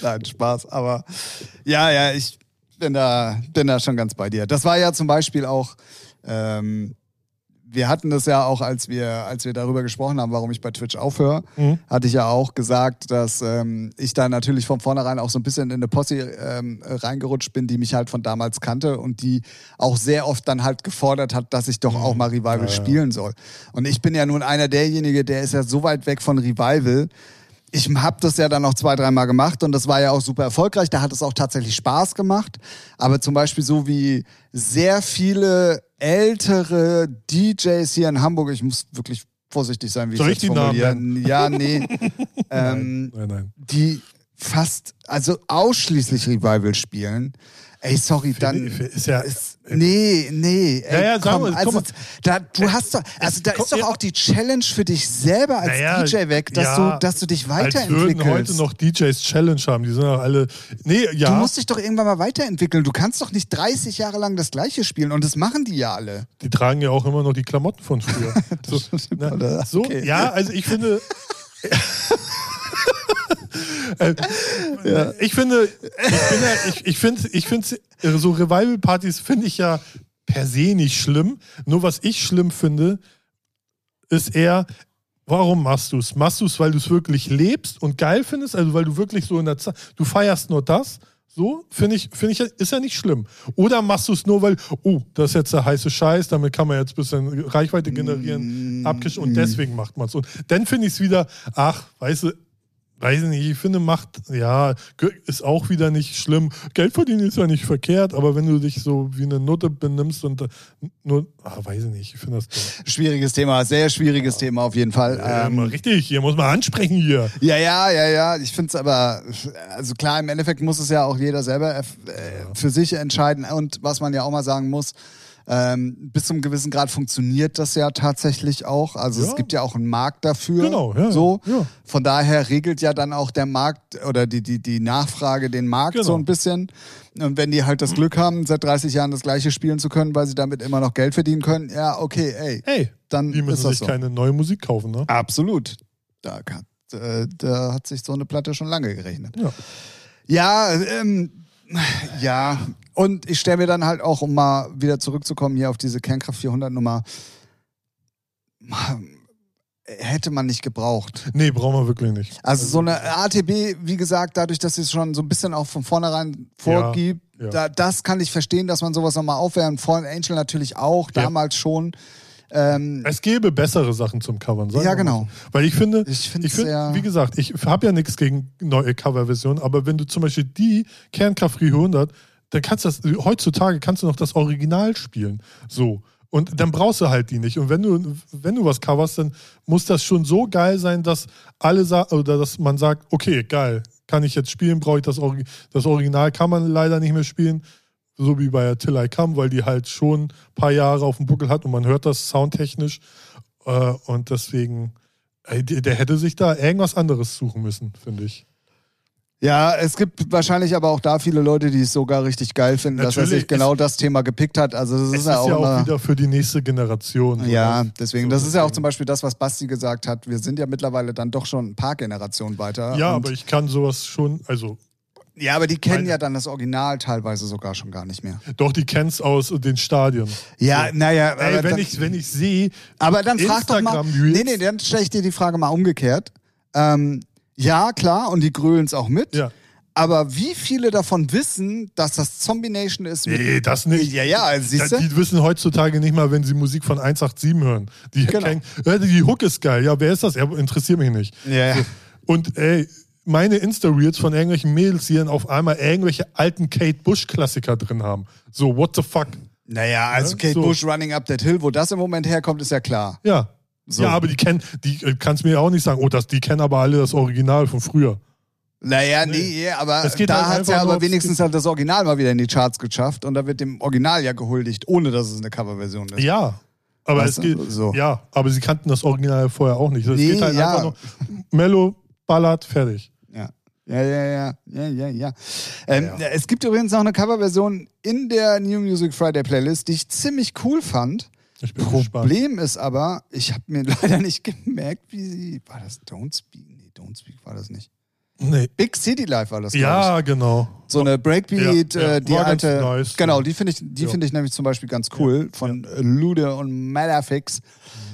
Nein, Spaß, aber ja, ja, ich bin da, bin da schon ganz bei dir. Das war ja zum Beispiel auch, ähm, wir hatten das ja auch, als wir, als wir darüber gesprochen haben, warum ich bei Twitch aufhöre,
Mhm.
hatte ich ja auch gesagt, dass ähm, ich da natürlich von vornherein auch so ein bisschen in eine Posse ähm, reingerutscht bin, die mich halt von damals kannte und die auch sehr oft dann halt gefordert hat, dass ich doch auch mal Revival
Mhm. Ja, ja.
spielen soll. Und ich bin ja nun einer derjenige, der ist ja so weit weg von Revival, ich habe das ja dann noch zwei, dreimal gemacht und das war ja auch super erfolgreich. Da hat es auch tatsächlich Spaß gemacht. Aber zum Beispiel so wie sehr viele ältere DJs hier in Hamburg, ich muss wirklich vorsichtig sein, wie
Soll
ich
ich
das
die Namen
formuliere. Ja, nee. ähm,
Nein, nein.
die fast, also ausschließlich Revival spielen. Ey, sorry, dann.
Ist ja,
Ist, nee, nee.
Ja,
Ey,
ja, sag
komm,
mal,
also,
guck mal. Äh,
Da, du hast doch, also da
komm,
ist doch
ja.
auch die Challenge für dich selber als
Naja,
DJ weg, dass,
ja,
du, dass du dich
als würden
weiterentwickelst.
heute noch DJs Challenge haben. Die sind ja alle. Nee, ja.
Du musst dich doch irgendwann mal weiterentwickeln. Du kannst doch nicht 30 Jahre lang das Gleiche spielen und das machen die ja alle.
Die tragen ja auch immer noch die Klamotten von früher. So, ne,
oder?
so
Okay.
ja, also ich finde. Äh, Ich finde, ich finde, ich, ich finde, ich finde so Revival-Partys finde ich ja per se nicht schlimm. Nur was ich schlimm finde, ist eher, warum machst du es? Machst du es, weil du es wirklich lebst und geil findest? Also weil du wirklich so in der Zeit, du feierst nur das? So, finde ich, finde ich, ist ja nicht schlimm. Oder machst du es nur, weil, oh, das ist jetzt der heiße Scheiß, damit kann man jetzt ein bisschen Reichweite generieren, abgesch und deswegen macht man es. Und dann finde ich es wieder, ach, weißt du, weiß ich nicht, ich finde, macht, ja, gö- ist auch wieder nicht schlimm. Geld verdienen ist ja nicht verkehrt, aber wenn du dich so wie eine Nutte benimmst und äh, nur, ah, weiß ich nicht, ich finde das doof.
Schwieriges Thema, sehr schwieriges Thema auf jeden Fall.
Ja,
Ähm,
mal richtig, hier muss man ansprechen hier.
Ja, ja, ja, ja. Ich finde es aber, also klar, im Endeffekt muss es ja auch jeder selber äh, für sich entscheiden. Und was man ja auch mal sagen muss, ähm, bis zum gewissen Grad funktioniert das ja tatsächlich auch. Also
Ja.
es gibt ja auch einen Markt dafür.
Genau, ja,
So.
ja.
Von daher regelt ja dann auch der Markt oder die, die, die Nachfrage den Markt
Genau.
so ein bisschen. Und wenn die halt das Glück haben, seit 30 Jahren das Gleiche spielen zu können, weil sie damit immer noch Geld verdienen können, ja, okay, ey.
Hey,
Dann
die
ist
müssen
das
sich
so.
keine neue Musik kaufen, ne?
Absolut. Da, hat- äh, da hat sich so eine Platte schon lange gerechnet.
Ja.
Ja, ähm, ja. Und ich stelle mir dann halt auch, um mal wieder zurückzukommen hier auf diese Kernkraft 400 Nummer, hätte man nicht gebraucht.
Nee, brauchen wir wirklich nicht.
Also so eine ATB, wie gesagt, dadurch, dass sie es schon so ein bisschen auch von vornherein vorgibt,
Ja, ja.
Da, das kann ich verstehen, dass man sowas nochmal aufwärmt. Fallen Angel natürlich auch,
Ja.
damals schon. Ähm,
Es gäbe bessere Sachen zum Covern, sagen
Ja,
wir mal
genau.
so. Weil ich finde,
Ich
ich
find's
finde,
sehr-
wie gesagt, ich habe ja nichts gegen neue Coverversionen, aber wenn du zum Beispiel die Kernkraft 300 da kannst du das, heutzutage kannst du noch das Original spielen. So. Und dann brauchst du halt die nicht. Und wenn du, wenn du was coverst, dann muss das schon so geil sein, dass alle sa- oder dass man sagt, okay, geil, kann ich jetzt spielen, brauche ich das Original. Das Original kann man leider nicht mehr spielen, so wie bei Till I Come, weil die halt schon ein paar Jahre auf dem Buckel hat und man hört das soundtechnisch. Äh, und deswegen, ey, der, der hätte sich da irgendwas anderes suchen müssen, finde ich.
Ja, es gibt wahrscheinlich aber auch da viele Leute, die es sogar richtig geil finden, dass er
Natürlich,
sich genau das Thema gepickt hat. Also das
Es
ist, ja auch, eine,
wieder für die nächste Generation. so,
ja,
ne?
deswegen.
So,
Das ist ja auch
deswegen.
zum Beispiel das, was Basti gesagt hat. Wir sind ja mittlerweile dann doch schon ein paar Generationen weiter.
Ja,
Und-
aber ich kann sowas schon, also
ja, aber die kennen
Meine-
ja dann das Original teilweise sogar schon gar nicht mehr.
doch, die kennst aus den Stadien.
Ja, naja.
Ey,
aber
wenn
dann-
ich, wenn ich sehe,
Aber dann frag doch mal.
Instagram-Reels.
Nee, nee, dann stelle ich dir die Frage mal umgekehrt. Ähm, ja, klar, und die grölen es auch mit.
ja.
Aber wie viele davon wissen, dass das Zombie Nation ist mit.
Nee, das nicht.
Ja, ja, also siehst
Ja,
du?
die wissen heutzutage nicht mal, wenn sie Musik von 187 hören. Die,
Genau.
kennen- äh, die Hook ist geil. Ja, wer ist das? Ja, interessiert mich nicht.
Ja, ja.
Und ey, meine Insta-Reels von irgendwelchen Mädels, die dann auf einmal irgendwelche alten Kate Bush-Klassiker drin haben. So, what the fuck?
Naja, also
Ja,
Kate
so.
Bush Running Up That Hill, wo das im Moment herkommt, ist ja klar.
Ja.
So.
Ja, aber die kennen, die äh, kannst mir auch nicht sagen, oh, das, die kennen aber alle das Original von früher.
Naja, nee,
Nee.
ja, aber
Es geht
da
halt
hat
einfach
ja
nur
aber
ums-
wenigstens halt das Original mal wieder in die Charts geschafft und da wird dem Original ja gehuldigt, ohne dass es eine Coverversion ist.
Ja. Aber
Weißt
es
du,
geht,
so.
ja, aber sie kannten das Original vorher auch nicht. Es
Nee,
geht halt
ja.
einfach nur Mellow, Ballad, fertig.
Ja. Ja, ja, ja, ja, ja, ja. Ähm,
Ja.
Es gibt übrigens noch eine Coverversion in der New Music Friday Playlist, die ich ziemlich cool fand.
Ich bin gespannt.
Problem ist aber, ich habe mir leider nicht gemerkt, wie sie. War das Don't Speak? Nee, Don't Speak war das nicht.
Nee.
Big City Life war das, glaub ich.
Ja, genau.
So eine Breakbeat,
Ja, ja.
Äh, die
War ganz
alte.
nice.
genau, die finde ich, die
Ja.
finde ich nämlich zum Beispiel ganz cool von äh, Lude und Malafix.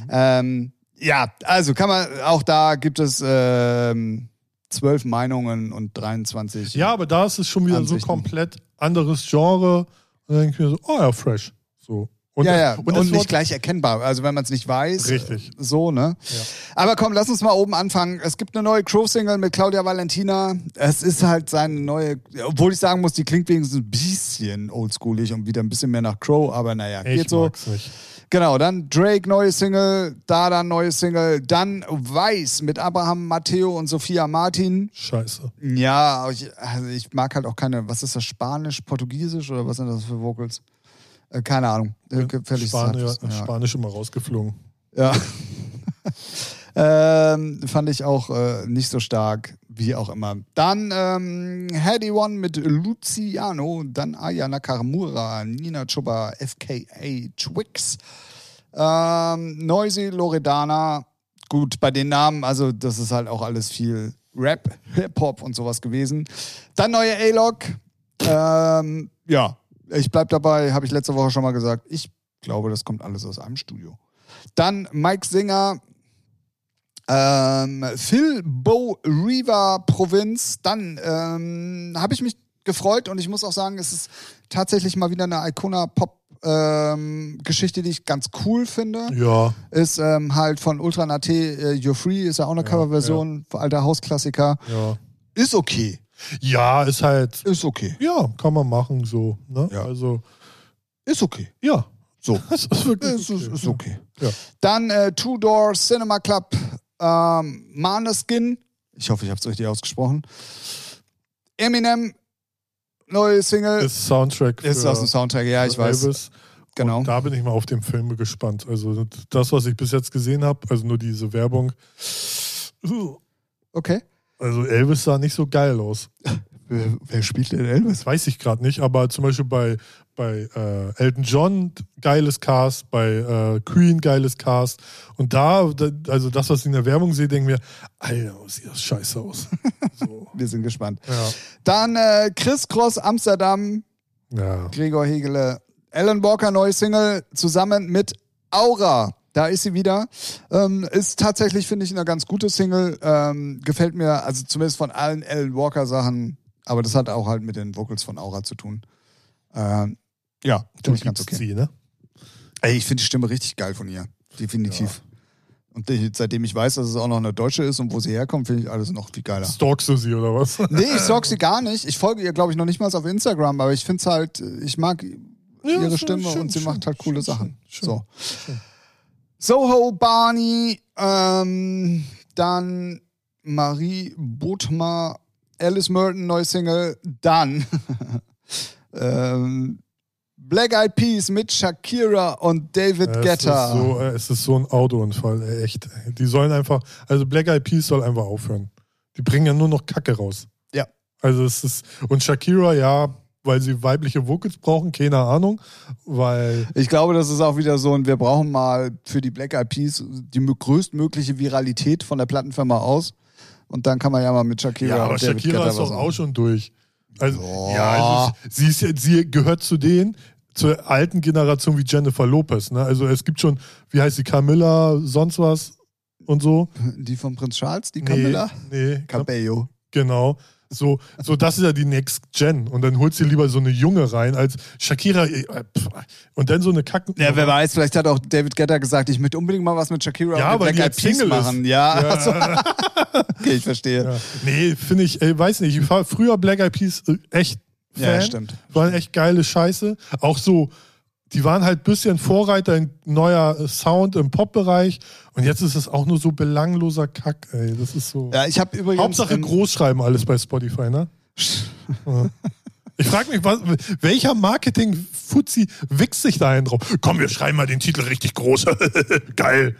Mhm.
Ähm, ja, also kann man, auch da gibt es ähm, zwölf Meinungen und 23.
Ja, aber da ist es schon wieder
Ansichten.
so komplett anderes Genre. Und dann denke ich mir so, oh ja, fresh. So. Und,
ja, ja.
und,
Und,
das
nicht
Wort-
gleich erkennbar. Also wenn man es nicht weiß.
Richtig.
äh, So, ne?
Ja.
Aber komm, lass uns mal oben anfangen. Es gibt eine neue Crow-Single mit Claudia Valentina. Es ist halt seine neue, obwohl ich sagen muss, die klingt wenigstens ein bisschen oldschoolig und wieder ein bisschen mehr nach Crow, aber naja,
Ich
geht so.
mag's nicht.
Genau, dann Drake neue Single, Dada neue Single, dann Weiß mit Abraham, Matteo und Sophia Martin.
Scheiße.
Ja, aber ich, also ich mag halt auch keine, was ist das, Spanisch, Portugiesisch oder was sind das für Vocals? Äh, keine Ahnung. Äh, völlig
Spanier,
satt. ja.
Spanisch immer rausgeflogen.
Ja. ähm, fand ich auch äh, nicht so stark, wie auch immer. Dann ähm, Heady One mit Luciano, dann Aya Nakamura, Nina Chuba, FKA Twix, ähm, Noisy Loredana. Gut, bei den Namen, also das ist halt auch alles viel Rap, Hip-Hop und sowas gewesen. Dann neue A-Log. Ähm, ja, ich bleib dabei, habe ich letzte Woche schon mal gesagt. Ich glaube, das kommt alles aus einem Studio. Dann Mike Singer, ähm, Phil Bo River Provinz. Dann ähm, habe ich mich gefreut und ich muss auch sagen, es ist tatsächlich mal wieder eine Icona Pop. Ähm, Geschichte, die ich ganz cool finde,
Ja.
ist ähm, halt von Ultra Nat, äh, You're Free, ist ja auch eine Coverversion, alter Hausklassiker.
Ja.
Ist okay,
Ja, ist halt.
ist okay,
Ja, kann man machen so. Ne?
Ja.
Also,
ist okay.
ja.
So.
Das ist wirklich.
Ist, ist, ist okay.
Ja.
Dann äh, Two Door Cinema Club, ähm, Maneskin. Ich hoffe, ich habe es richtig ausgesprochen. Eminem, neue Single. Ist,
Ist Soundtrack. für
aus dem Soundtrack, ja, ich weiß.
Elvis.
Genau.
Und da bin ich mal auf den Film gespannt. Also das, was ich bis jetzt gesehen habe, also nur diese Werbung.
Okay.
Also Elvis sah nicht so geil aus.
Wer, spielt denn Elvis?
Das weiß ich gerade nicht, aber zum Beispiel bei, bei äh, Elton John geiles Cast, bei äh, Queen geiles Cast. Und da, da, also das, was ich in der Werbung sehe, denke ich mir, Alter, sieht das scheiße aus. so,
Wir sind gespannt.
ja.
Dann äh, Chris Cross Amsterdam,
ja.
Gregor Hegele. Alan Walker, neue Single, zusammen mit Aura. Da ist sie wieder. Ähm, ist tatsächlich, finde ich, eine ganz gute Single. Ähm, gefällt mir, also zumindest von allen Alan Walker Sachen. Aber das hat auch halt mit den Vocals von Aura zu tun. Ähm, ja,
Du
finde ich ganz
liebst
okay.
sie, ne?
Ey, ich finde die Stimme richtig geil von ihr. Definitiv. Und die- seitdem ich weiß, dass es auch noch eine Deutsche ist und wo sie herkommt, finde ich alles noch viel geiler.
Stalkst du sie oder was?
Nee, ich sorg sie gar nicht. Ich folge ihr, glaube ich, noch nicht mal auf Instagram, aber ich finde es halt, ich mag ihre
so
Stimme
schön,
und sie
schön,
macht halt coole
schön,
Sachen.
schön, schön,
so. Soho Barney, ähm, dann Marie Botma, Alice Merton, neue Single, dann ähm, Black Eyed Peas mit Shakira und David
Es
Guetta.
ist, so, äh, es ist so ein Autounfall, ey, echt. Die sollen einfach, also Black Eyed Peas soll einfach aufhören. Die bringen ja nur noch Kacke raus.
Ja.
Also es ist, und Shakira, ja, weil sie weibliche Vocals brauchen, keine Ahnung, weil
Ich glaube, das ist auch wieder so ein, wir brauchen mal für die Black Eyed Peas die mö- größtmögliche Viralität von der Plattenfirma aus. Und dann kann man ja mal mit Shakira
Ja, aber
und David
Shakira
Guetta
ist doch
was
auch
machen.
schon durch. Also,
Ja.
ja, also es- sie, ist, ja- sie gehört zu denen, zur alten Generation wie Jennifer Lopez. Ne? Also es gibt schon, wie heißt sie, Camilla, sonst was und so.
Die von Prinz Charles, die Camilla?
Nee, nee Cam
Cabello.
genau. So, so, das ist ja die Next Gen. Und dann holt sie lieber so eine Junge rein als Shakira. äh, pff, Und dann so eine Kacken.
Ja, wer weiß, vielleicht hat auch David Guetta gesagt, ich möchte unbedingt mal was mit Shakira
Ja,
und
weil
mit
die
Black
jetzt
Eyed Peas
Single ist.
machen. Ja,
Ja.
Also, okay, ich verstehe.
Ja. Nee, finde ich, ey, weiß nicht. Ich war früher Black Eyed Peas äh, echt Fan.
Ja, stimmt.
Waren echt geile Scheiße. Auch so, die waren halt ein bisschen Vorreiter in neuer äh, Sound im Pop-Bereich. Und jetzt ist es auch nur so belangloser Kack, ey. Das ist so.
Ja, ich habe übrigens...
Hauptsache
ähm,
großschreiben alles bei Spotify, ne? Ja. Ich frage mich, was, welcher Marketing-Fuzzi wichst sich da einen drauf? Komm, wir schreiben mal den Titel richtig groß. Geil.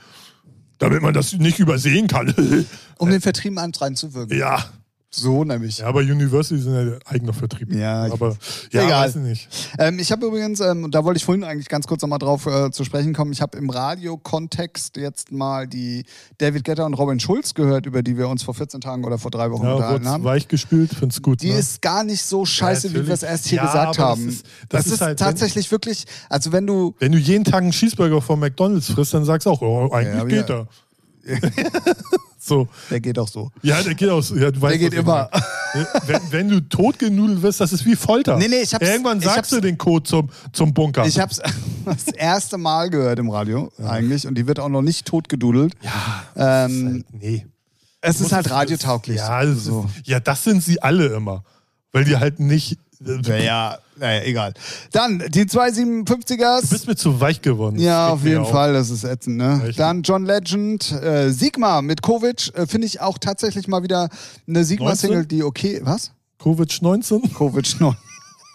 Damit man das nicht übersehen kann.
um den Vertrieben reinzuwirken.
ja.
So nämlich.
Ja, aber Universal sind ja eigener Vertrieb.
Ja, ich-
aber ja,
Egal.
weiß ich nicht.
Ähm, ich habe übrigens, ähm, da wollte ich vorhin eigentlich ganz kurz nochmal drauf äh, zu sprechen kommen, ich habe im Radiokontext jetzt mal die David Guetta und Robin Schulz gehört, über die wir uns vor 14 Tagen oder vor drei Wochen
Ja,
unterhalten
wird's
haben.
weich gespielt, find's gut.
Die
ne?
ist gar nicht so scheiße, wie wir es
natürlich.
erst hier
Ja,
gesagt
aber das
haben.
ist- das ist halt, wenn-
tatsächlich wirklich, also wenn du,
Wenn du jeden Tag einen Cheeseburger von McDonalds frisst, dann sagst du auch, oh, eigentlich
Ja, aber
geht
ja.
er. so.
der geht auch so.
Ja, der geht aus. Ja, du weißt,
geht
was ich
immer.
meine. Wenn, wenn du totgenudelt wirst, das ist wie Folter.
Nee, nee, ich hab's-
Irgendwann
ich
sagst
hab's-
du den Code zum, zum Bunker.
Ich habe es das erste Mal gehört im Radio eigentlich und die wird auch noch nicht totgedudelt. Ja, ähm,
halt- nee.
es ist halt radiotauglich.
Ja, das,
So.
ist, ja, das sind sie alle immer. Weil die halt nicht.
Ja,
Du
ja, naja, egal. Dann die 257ers.
bist mir zu weich geworden.
Ja,
Das
auf
geht mir
jeden
auch.
Fall, das ist ätzend, ne?
Echt.
Dann John Legend, äh, Sigma mit Kovic, äh, finde ich auch tatsächlich mal wieder eine Sigma-Single,
19?
die okay, was?
Covid-19?
Kovic 9.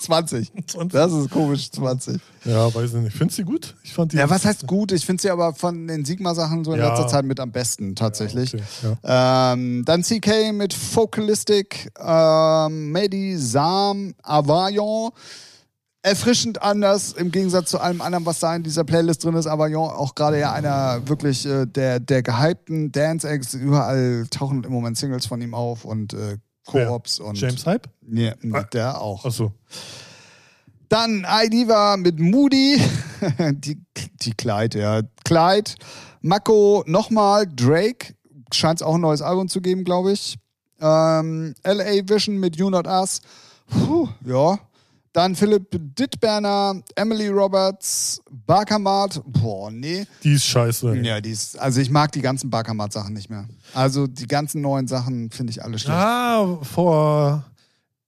20.
20.
Das ist Kovic 20.
Ja, weiß ich nicht. Findest du die gut? Ich fand die.
Ja, was heißt gut? Ich finde sie aber von den Sigma-Sachen so in
Ja.
letzter Zeit mit am besten tatsächlich.
Ja, okay,
ähm, dann CK mit Focalistic, ähm, Medi, Sam, Avayon. Erfrischend anders im Gegensatz zu allem anderen, was da in dieser Playlist drin ist. Avayon auch gerade ja einer wirklich äh, der, der gehypten Dance-Acts. Überall tauchen im Moment Singles von ihm auf und äh,
Wer?
Co-ops und
James Hype?
Nee, der auch.
Achso.
Dann iDiva mit Moody, die, die Clyde, ja. Clyde, Mako nochmal, Drake, scheint es auch ein neues Album zu geben, glaube ich. Ähm, LA Vision mit You Not Us, Puh, ja. Dann Philipp Dittberner, Emily Roberts, Barkamat, boah, nee.
Die ist scheiße.
Ja, die ist, also ich mag die ganzen Barkamat-Sachen nicht mehr. Also die ganzen neuen Sachen finde ich alle schlecht.
Ah, vor.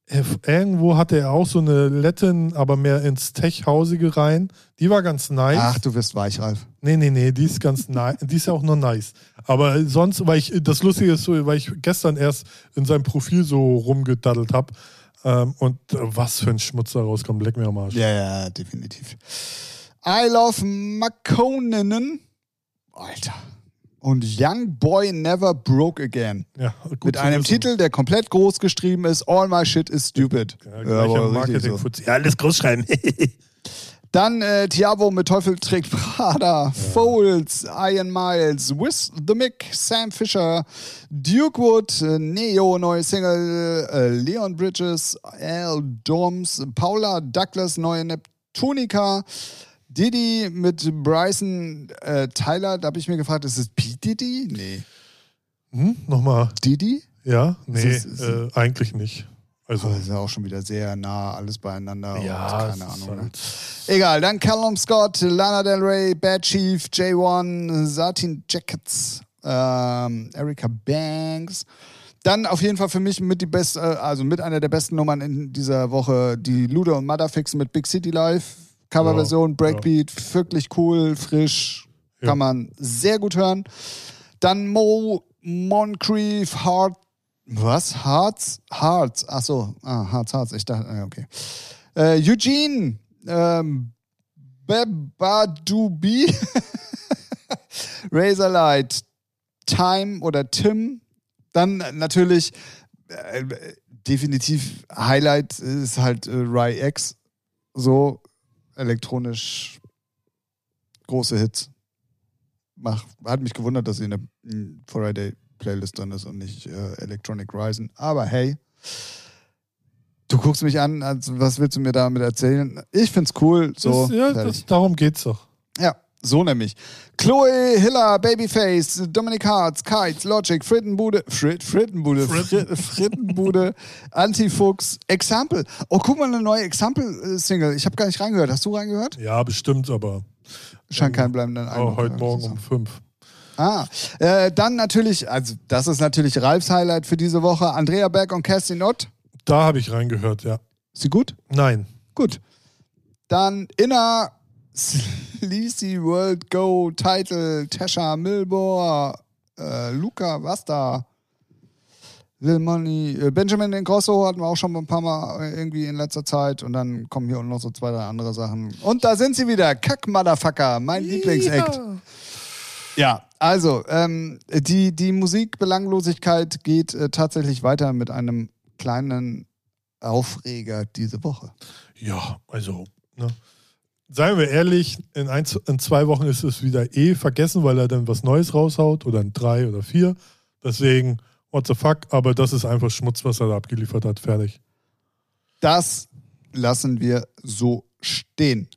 äh, Irgendwo hatte er auch so eine Lettin, aber mehr ins Tech-Hausige rein. Die war ganz nice.
Ach, du wirst weich, Ralf.
Nee, nee, nee, die ist ganz nice. Die ist ja auch nur nice. Aber sonst, weil ich, das Lustige ist so, weil ich gestern erst in seinem Profil so rumgedaddelt habe. Ähm, und äh, was für ein Schmutz da rauskommt, leck mir am Arsch.
Ja, ja, definitiv. I love Makoninen. Alter. Und Young Boy Never Broke Again.
Ja, gut
Mit
zu
einem
wissen.
Titel, der komplett groß geschrieben ist. All my shit is stupid.
Ja, gleicher
aber richtig
marketing
so.
so. Ja, alles groß schreiben.
Dann äh, Tiavo mit Teufel trägt Prada, Folds, Ian Miles, With the Mick, Sam Fisher, Duke Wood, äh, Neo, neue Single, äh, Leon Bridges, Al Dorms, Paula Douglas, neue Neptunica, Diddy mit Bryson äh, Tyler. Da habe ich mir gefragt, ist es P. Diddy? Nee.
hm, nochmal.
Diddy?
Ja, nee,
Es ist- es
äh, eigentlich nicht. Also,
Aber das ist ja auch schon wieder sehr nah alles beieinander.
ja,
und
es
keine
ist
Ahnung. Ne?
halt,
Egal, dann Callum Scott, Lana Del Rey, Bad Chief, J1, Satin Jackets, ähm, Erika Banks. Dann auf jeden Fall für mich mit die best, äh, also mit einer der besten Nummern in dieser Woche die Luda und Motherfix mit Big City Live Coverversion
Ja,
Breakbeat wirklich cool frisch
Ja.
kann man sehr gut hören. Dann Mo Moncrief Hard was Hearts Hearts ach so ah, Hearts Hearts ich dachte ah, okay äh, Eugene ähm, Bebadubi Razorlight Time oder Tim. Dann natürlich äh, definitiv Highlight ist halt äh, Rai X. So elektronisch große Hits. Mach, hat mich gewundert, dass sie in der mm, Friday Playlist drin ist und nicht äh, Electronic Horizon. Aber hey, du guckst mich an, als, was willst du mir damit erzählen? Ich find's cool. So,
das, ja,
fertig.
das, darum geht's doch.
Ja, so nämlich. Chloe Hiller, Babyface, Dominic Hartz, Kites, Logic, Frittenbude, Frit, Frittenbude, Frit, Frittenbude, Antifuchs, Example. Oh, guck mal, eine neue Example-Single. Ich habe gar nicht reingehört. Hast du reingehört?
Ja, bestimmt, aber
Scheint kein bleibenden
aber
Eindruck.
heute
Ja,
Morgen
das
um
ist-
fünf.
Ah, äh, dann natürlich, also das ist natürlich Ralfs Highlight für diese Woche. Andrea Berg und Kerstin Ott.
Da habe ich reingehört, ja.
Ist sie gut?
Nein.
Gut. Dann Inner Sleazy World Go Title Tasha Milbor, äh, Luca Vasta, Lil Money, äh, Benjamin Ingrosso hatten wir auch schon ein paar Mal äh, irgendwie in letzter Zeit und dann kommen hier auch noch so zwei, drei andere Sachen. Und da sind sie wieder, Kack Motherfucker, mein Lieblingsact. Ja, also ähm, die, die Musikbelanglosigkeit geht äh, tatsächlich weiter mit einem kleinen Aufreger diese Woche.
Ja, also, ne? Seien wir ehrlich, in, ein, in zwei Wochen ist es wieder eh vergessen, weil er dann was Neues raushaut oder in drei oder vier. Deswegen, what the fuck, aber das ist einfach Schmutz, was er da abgeliefert hat, fertig.
Das lassen wir so stehen.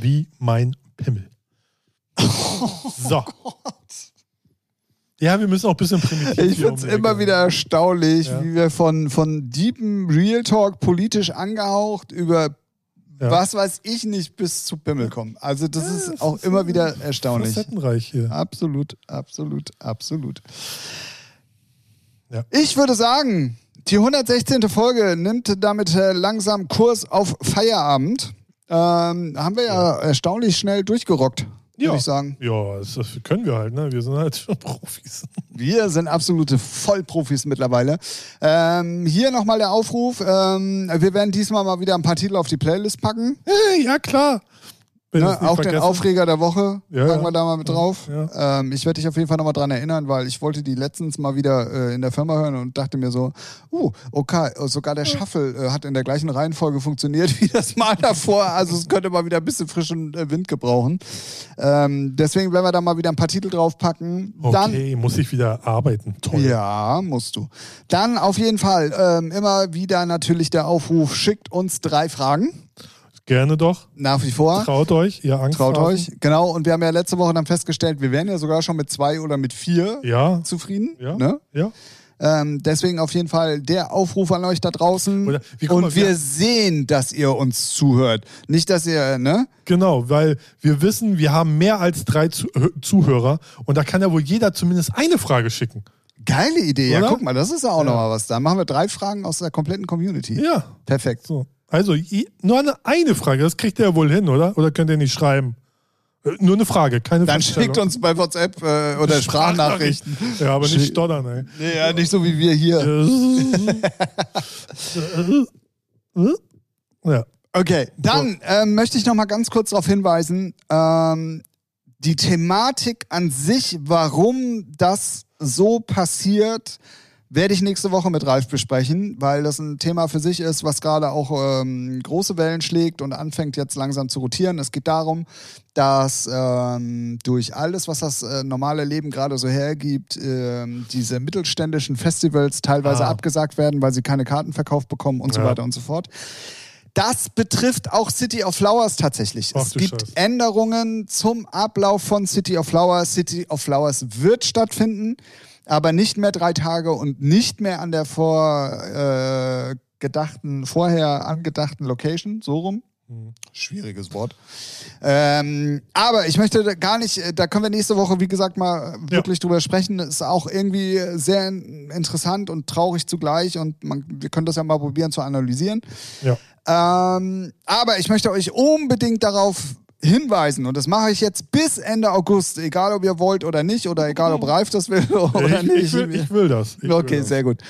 Wie mein Pimmel. so.
Oh
Ja, wir müssen auch ein bisschen primitiv
Ich
hier
finde es
um die
immer
Ecke.
wieder erstaunlich,
Ja.
wie wir von, von deepen Real Talk politisch angehaucht über
Ja.
was weiß ich nicht bis zu Pimmel kommen. Also das
Ja,
ist
es
auch
ist
immer
so
wieder erstaunlich.
Facettenreich hier.
Absolut, absolut, absolut.
Ja.
Ich würde sagen, die 116. Folge nimmt damit äh, langsam Kurs auf Feierabend. Ähm, haben wir ja, erstaunlich schnell durchgerockt, würde
Ja.
ich sagen.
Ja, das können wir halt, ne? Wir sind halt schon Profis.
Wir sind absolute Vollprofis mittlerweile. Ähm, hier nochmal der Aufruf. Ähm, wir werden diesmal mal wieder ein paar Titel auf die Playlist packen.
Hey, ja, klar. Wenn
Ne?
das nicht
Auch den
vergessen-
Aufreger der Woche
Ja,
packen
ja.
wir da mal mit drauf.
ja.
Ähm, ich werde dich auf jeden Fall nochmal dran erinnern, weil ich wollte die letztens mal wieder äh, in der Firma hören und dachte mir so, uh, okay, sogar der Shuffle äh, hat in der gleichen Reihenfolge funktioniert wie das Mal davor. Also es könnte mal wieder ein bisschen frischen äh, Wind gebrauchen. Ähm, deswegen werden wir da mal wieder ein paar Titel draufpacken. Dann
Okay, muss ich wieder arbeiten. Toll.
ja, musst du. Dann auf jeden Fall ähm, immer wieder natürlich der Aufruf, schickt uns drei Fragen.
Gerne doch.
Nach wie vor.
Traut euch, ihr Angst.
Traut euch. Genau, und wir haben ja letzte Woche dann festgestellt, wir wären ja sogar schon mit zwei oder mit vier
Ja.
zufrieden.
Ja.
Ne?
Ja.
Ähm, deswegen auf jeden Fall der Aufruf an euch da draußen.
Oder- wie, guck
und
mal,
wir,
wir-
sehen, dass ihr uns zuhört. Nicht, dass ihr, äh, ne?
Genau, weil wir wissen, wir haben mehr als drei Zu Hö- Zuhörer und da kann ja wohl jeder zumindest eine Frage schicken.
Geile Idee. Ja,
Oder?
guck mal, das ist ja auch nochmal was. Da machen wir drei Fragen aus der kompletten Community.
Ja.
Perfekt.
So. Also je- nur eine, eine Frage, das kriegt ihr ja wohl hin, oder? Oder könnt ihr nicht schreiben? Äh, Nur eine Frage, keine
Dann
Feststellung.
schickt uns bei WhatsApp äh, oder Sprachnachrichten.
Ja, aber
Schick-
nicht stottern, ey.
Nee, ja, nicht so wie wir hier.
ja.
Okay, dann ähm, möchte ich noch mal ganz kurz darauf hinweisen, ähm, die Thematik an sich, warum das so passiert, werde ich nächste Woche mit Ralf besprechen, weil das ein Thema für sich ist, was gerade auch ähm, große Wellen schlägt und anfängt jetzt langsam zu rotieren. Es geht darum, dass ähm, durch alles, was das äh, normale Leben gerade so hergibt, ähm, diese mittelständischen Festivals teilweise
Ah.
abgesagt werden, weil sie keine Karten verkauft bekommen und so
Ja.
weiter und so fort. Das betrifft auch City of Flowers tatsächlich.
Ach
es
du
gibt
Scheiße.
Änderungen zum Ablauf von City of Flowers. City of Flowers wird stattfinden, aber nicht mehr drei Tage und nicht mehr an der vor, äh, gedachten, vorher angedachten Location, so rum.
Mhm.
Schwieriges Wort. Ähm, aber ich möchte da gar nicht, äh, da können wir nächste Woche, wie gesagt, mal wirklich drüber sprechen. Ist auch irgendwie sehr in- interessant und traurig zugleich und man, wir können das ja mal probieren zu analysieren.
Ja.
Ähm, aber ich möchte euch unbedingt darauf hinweisen und das mache ich jetzt bis Ende August, egal ob ihr wollt oder nicht oder egal ob Ralf das will oder
Mhm. ich,
nicht.
ich, will, ich will das. Ich will
Okay,
das.
sehr gut.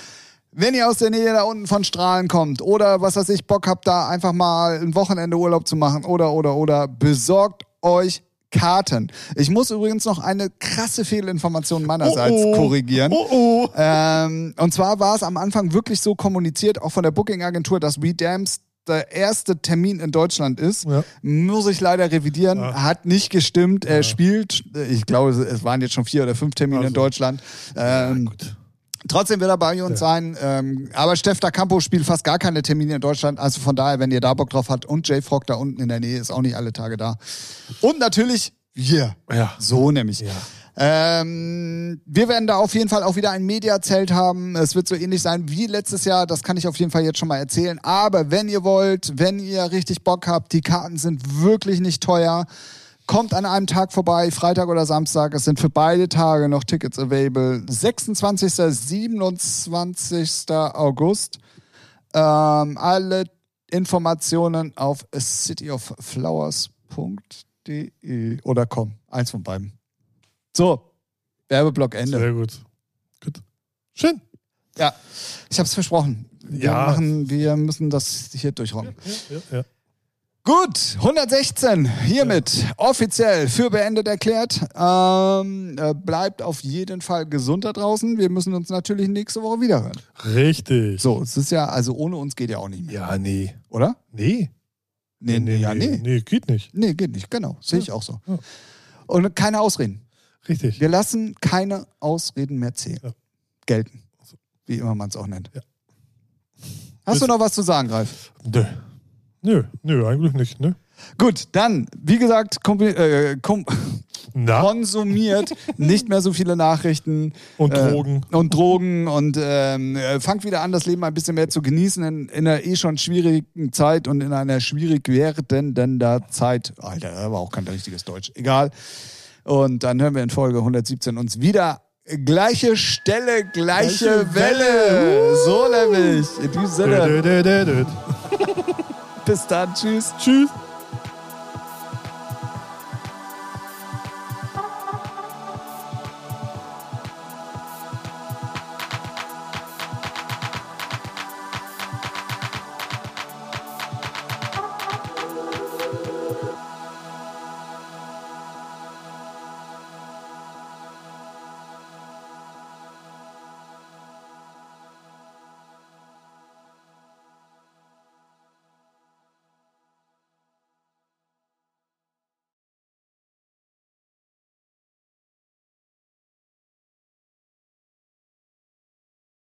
Wenn ihr aus der Nähe da unten von Strahlen kommt oder was weiß ich, Bock habt, da einfach mal ein Wochenende Urlaub zu machen oder, oder, oder, besorgt euch Karten. Ich muss übrigens noch eine krasse Fehlinformation meinerseits
Oh, oh.
korrigieren.
Oh oh.
Ähm, und zwar war es am Anfang wirklich so kommuniziert, auch von der Booking-Agentur, dass WeDams der erste Termin in Deutschland ist.
Ja.
Muss ich leider revidieren.
Ah.
Hat nicht gestimmt. Er spielt, ich glaube, es waren jetzt schon vier oder fünf Termine in
Also.
Deutschland. Ähm,
Gut.
Trotzdem wird er bei uns sein. Ähm, aber Steph da Campo spielt fast gar keine Termine in Deutschland. Also von daher, wenn ihr da Bock drauf habt und Jay Frog da unten in der Nähe ist auch nicht alle Tage da. Und natürlich wir.
Ja.
So nämlich.
Ja.
Ähm, wir werden da auf jeden Fall auch wieder ein Mediazelt haben. Es wird so ähnlich sein wie letztes Jahr. Das kann ich auf jeden Fall jetzt schon mal erzählen. Aber wenn ihr wollt, wenn ihr richtig Bock habt, die Karten sind wirklich nicht teuer. Kommt an einem Tag vorbei, Freitag oder Samstag. Es sind für beide Tage noch Tickets available. 26. 27. August. Ähm, alle Informationen auf cityofflowers.de oder komm, eins von beiden. So, Werbeblock Ende.
Sehr gut. Gut. Schön.
Ja, ich hab's versprochen. Wir,
Ja.
machen, wir müssen das hier durchräumen.
Ja, ja.
Gut, 116 hiermit offiziell für beendet erklärt. Ähm, äh, bleibt auf jeden Fall gesund da draußen. Wir müssen uns natürlich nächste Woche wiederhören.
Richtig.
So, es ist ja, also ohne uns geht ja auch nicht mehr,
Ja, nee.
oder?
Nee.
Nee, nee, ja, nee.
Nee, geht nicht.
Nee, geht nicht, genau. Sehe ich auch so.
Ja.
Und keine Ausreden.
Richtig.
Wir lassen keine Ausreden mehr zählen.
Ja. Also.
Gelten. Wie immer man es auch nennt.
Ja.
Hast du noch was zu sagen, Ralf?
Nö. Nö, nö, eigentlich nicht, ne?
Gut, dann, wie gesagt, kombi- äh, kom
Na,
konsumiert nicht mehr so viele Nachrichten.
und
äh,
Drogen.
Und Drogen und ähm, äh, fangt wieder an, das Leben ein bisschen mehr zu genießen in, in einer eh schon schwierigen Zeit und in einer schwierig werdenden da Zeit. Alter, das war auch kein richtiges Deutsch. Egal. Und dann hören wir in Folge 117 uns wieder. Gleiche Stelle, gleiche,
Gleiche
Welle. So nämlich. In diesem Sinne,
Dö, dö, dö, dö, dö.
bis dann. Tschüss.
Tschüss.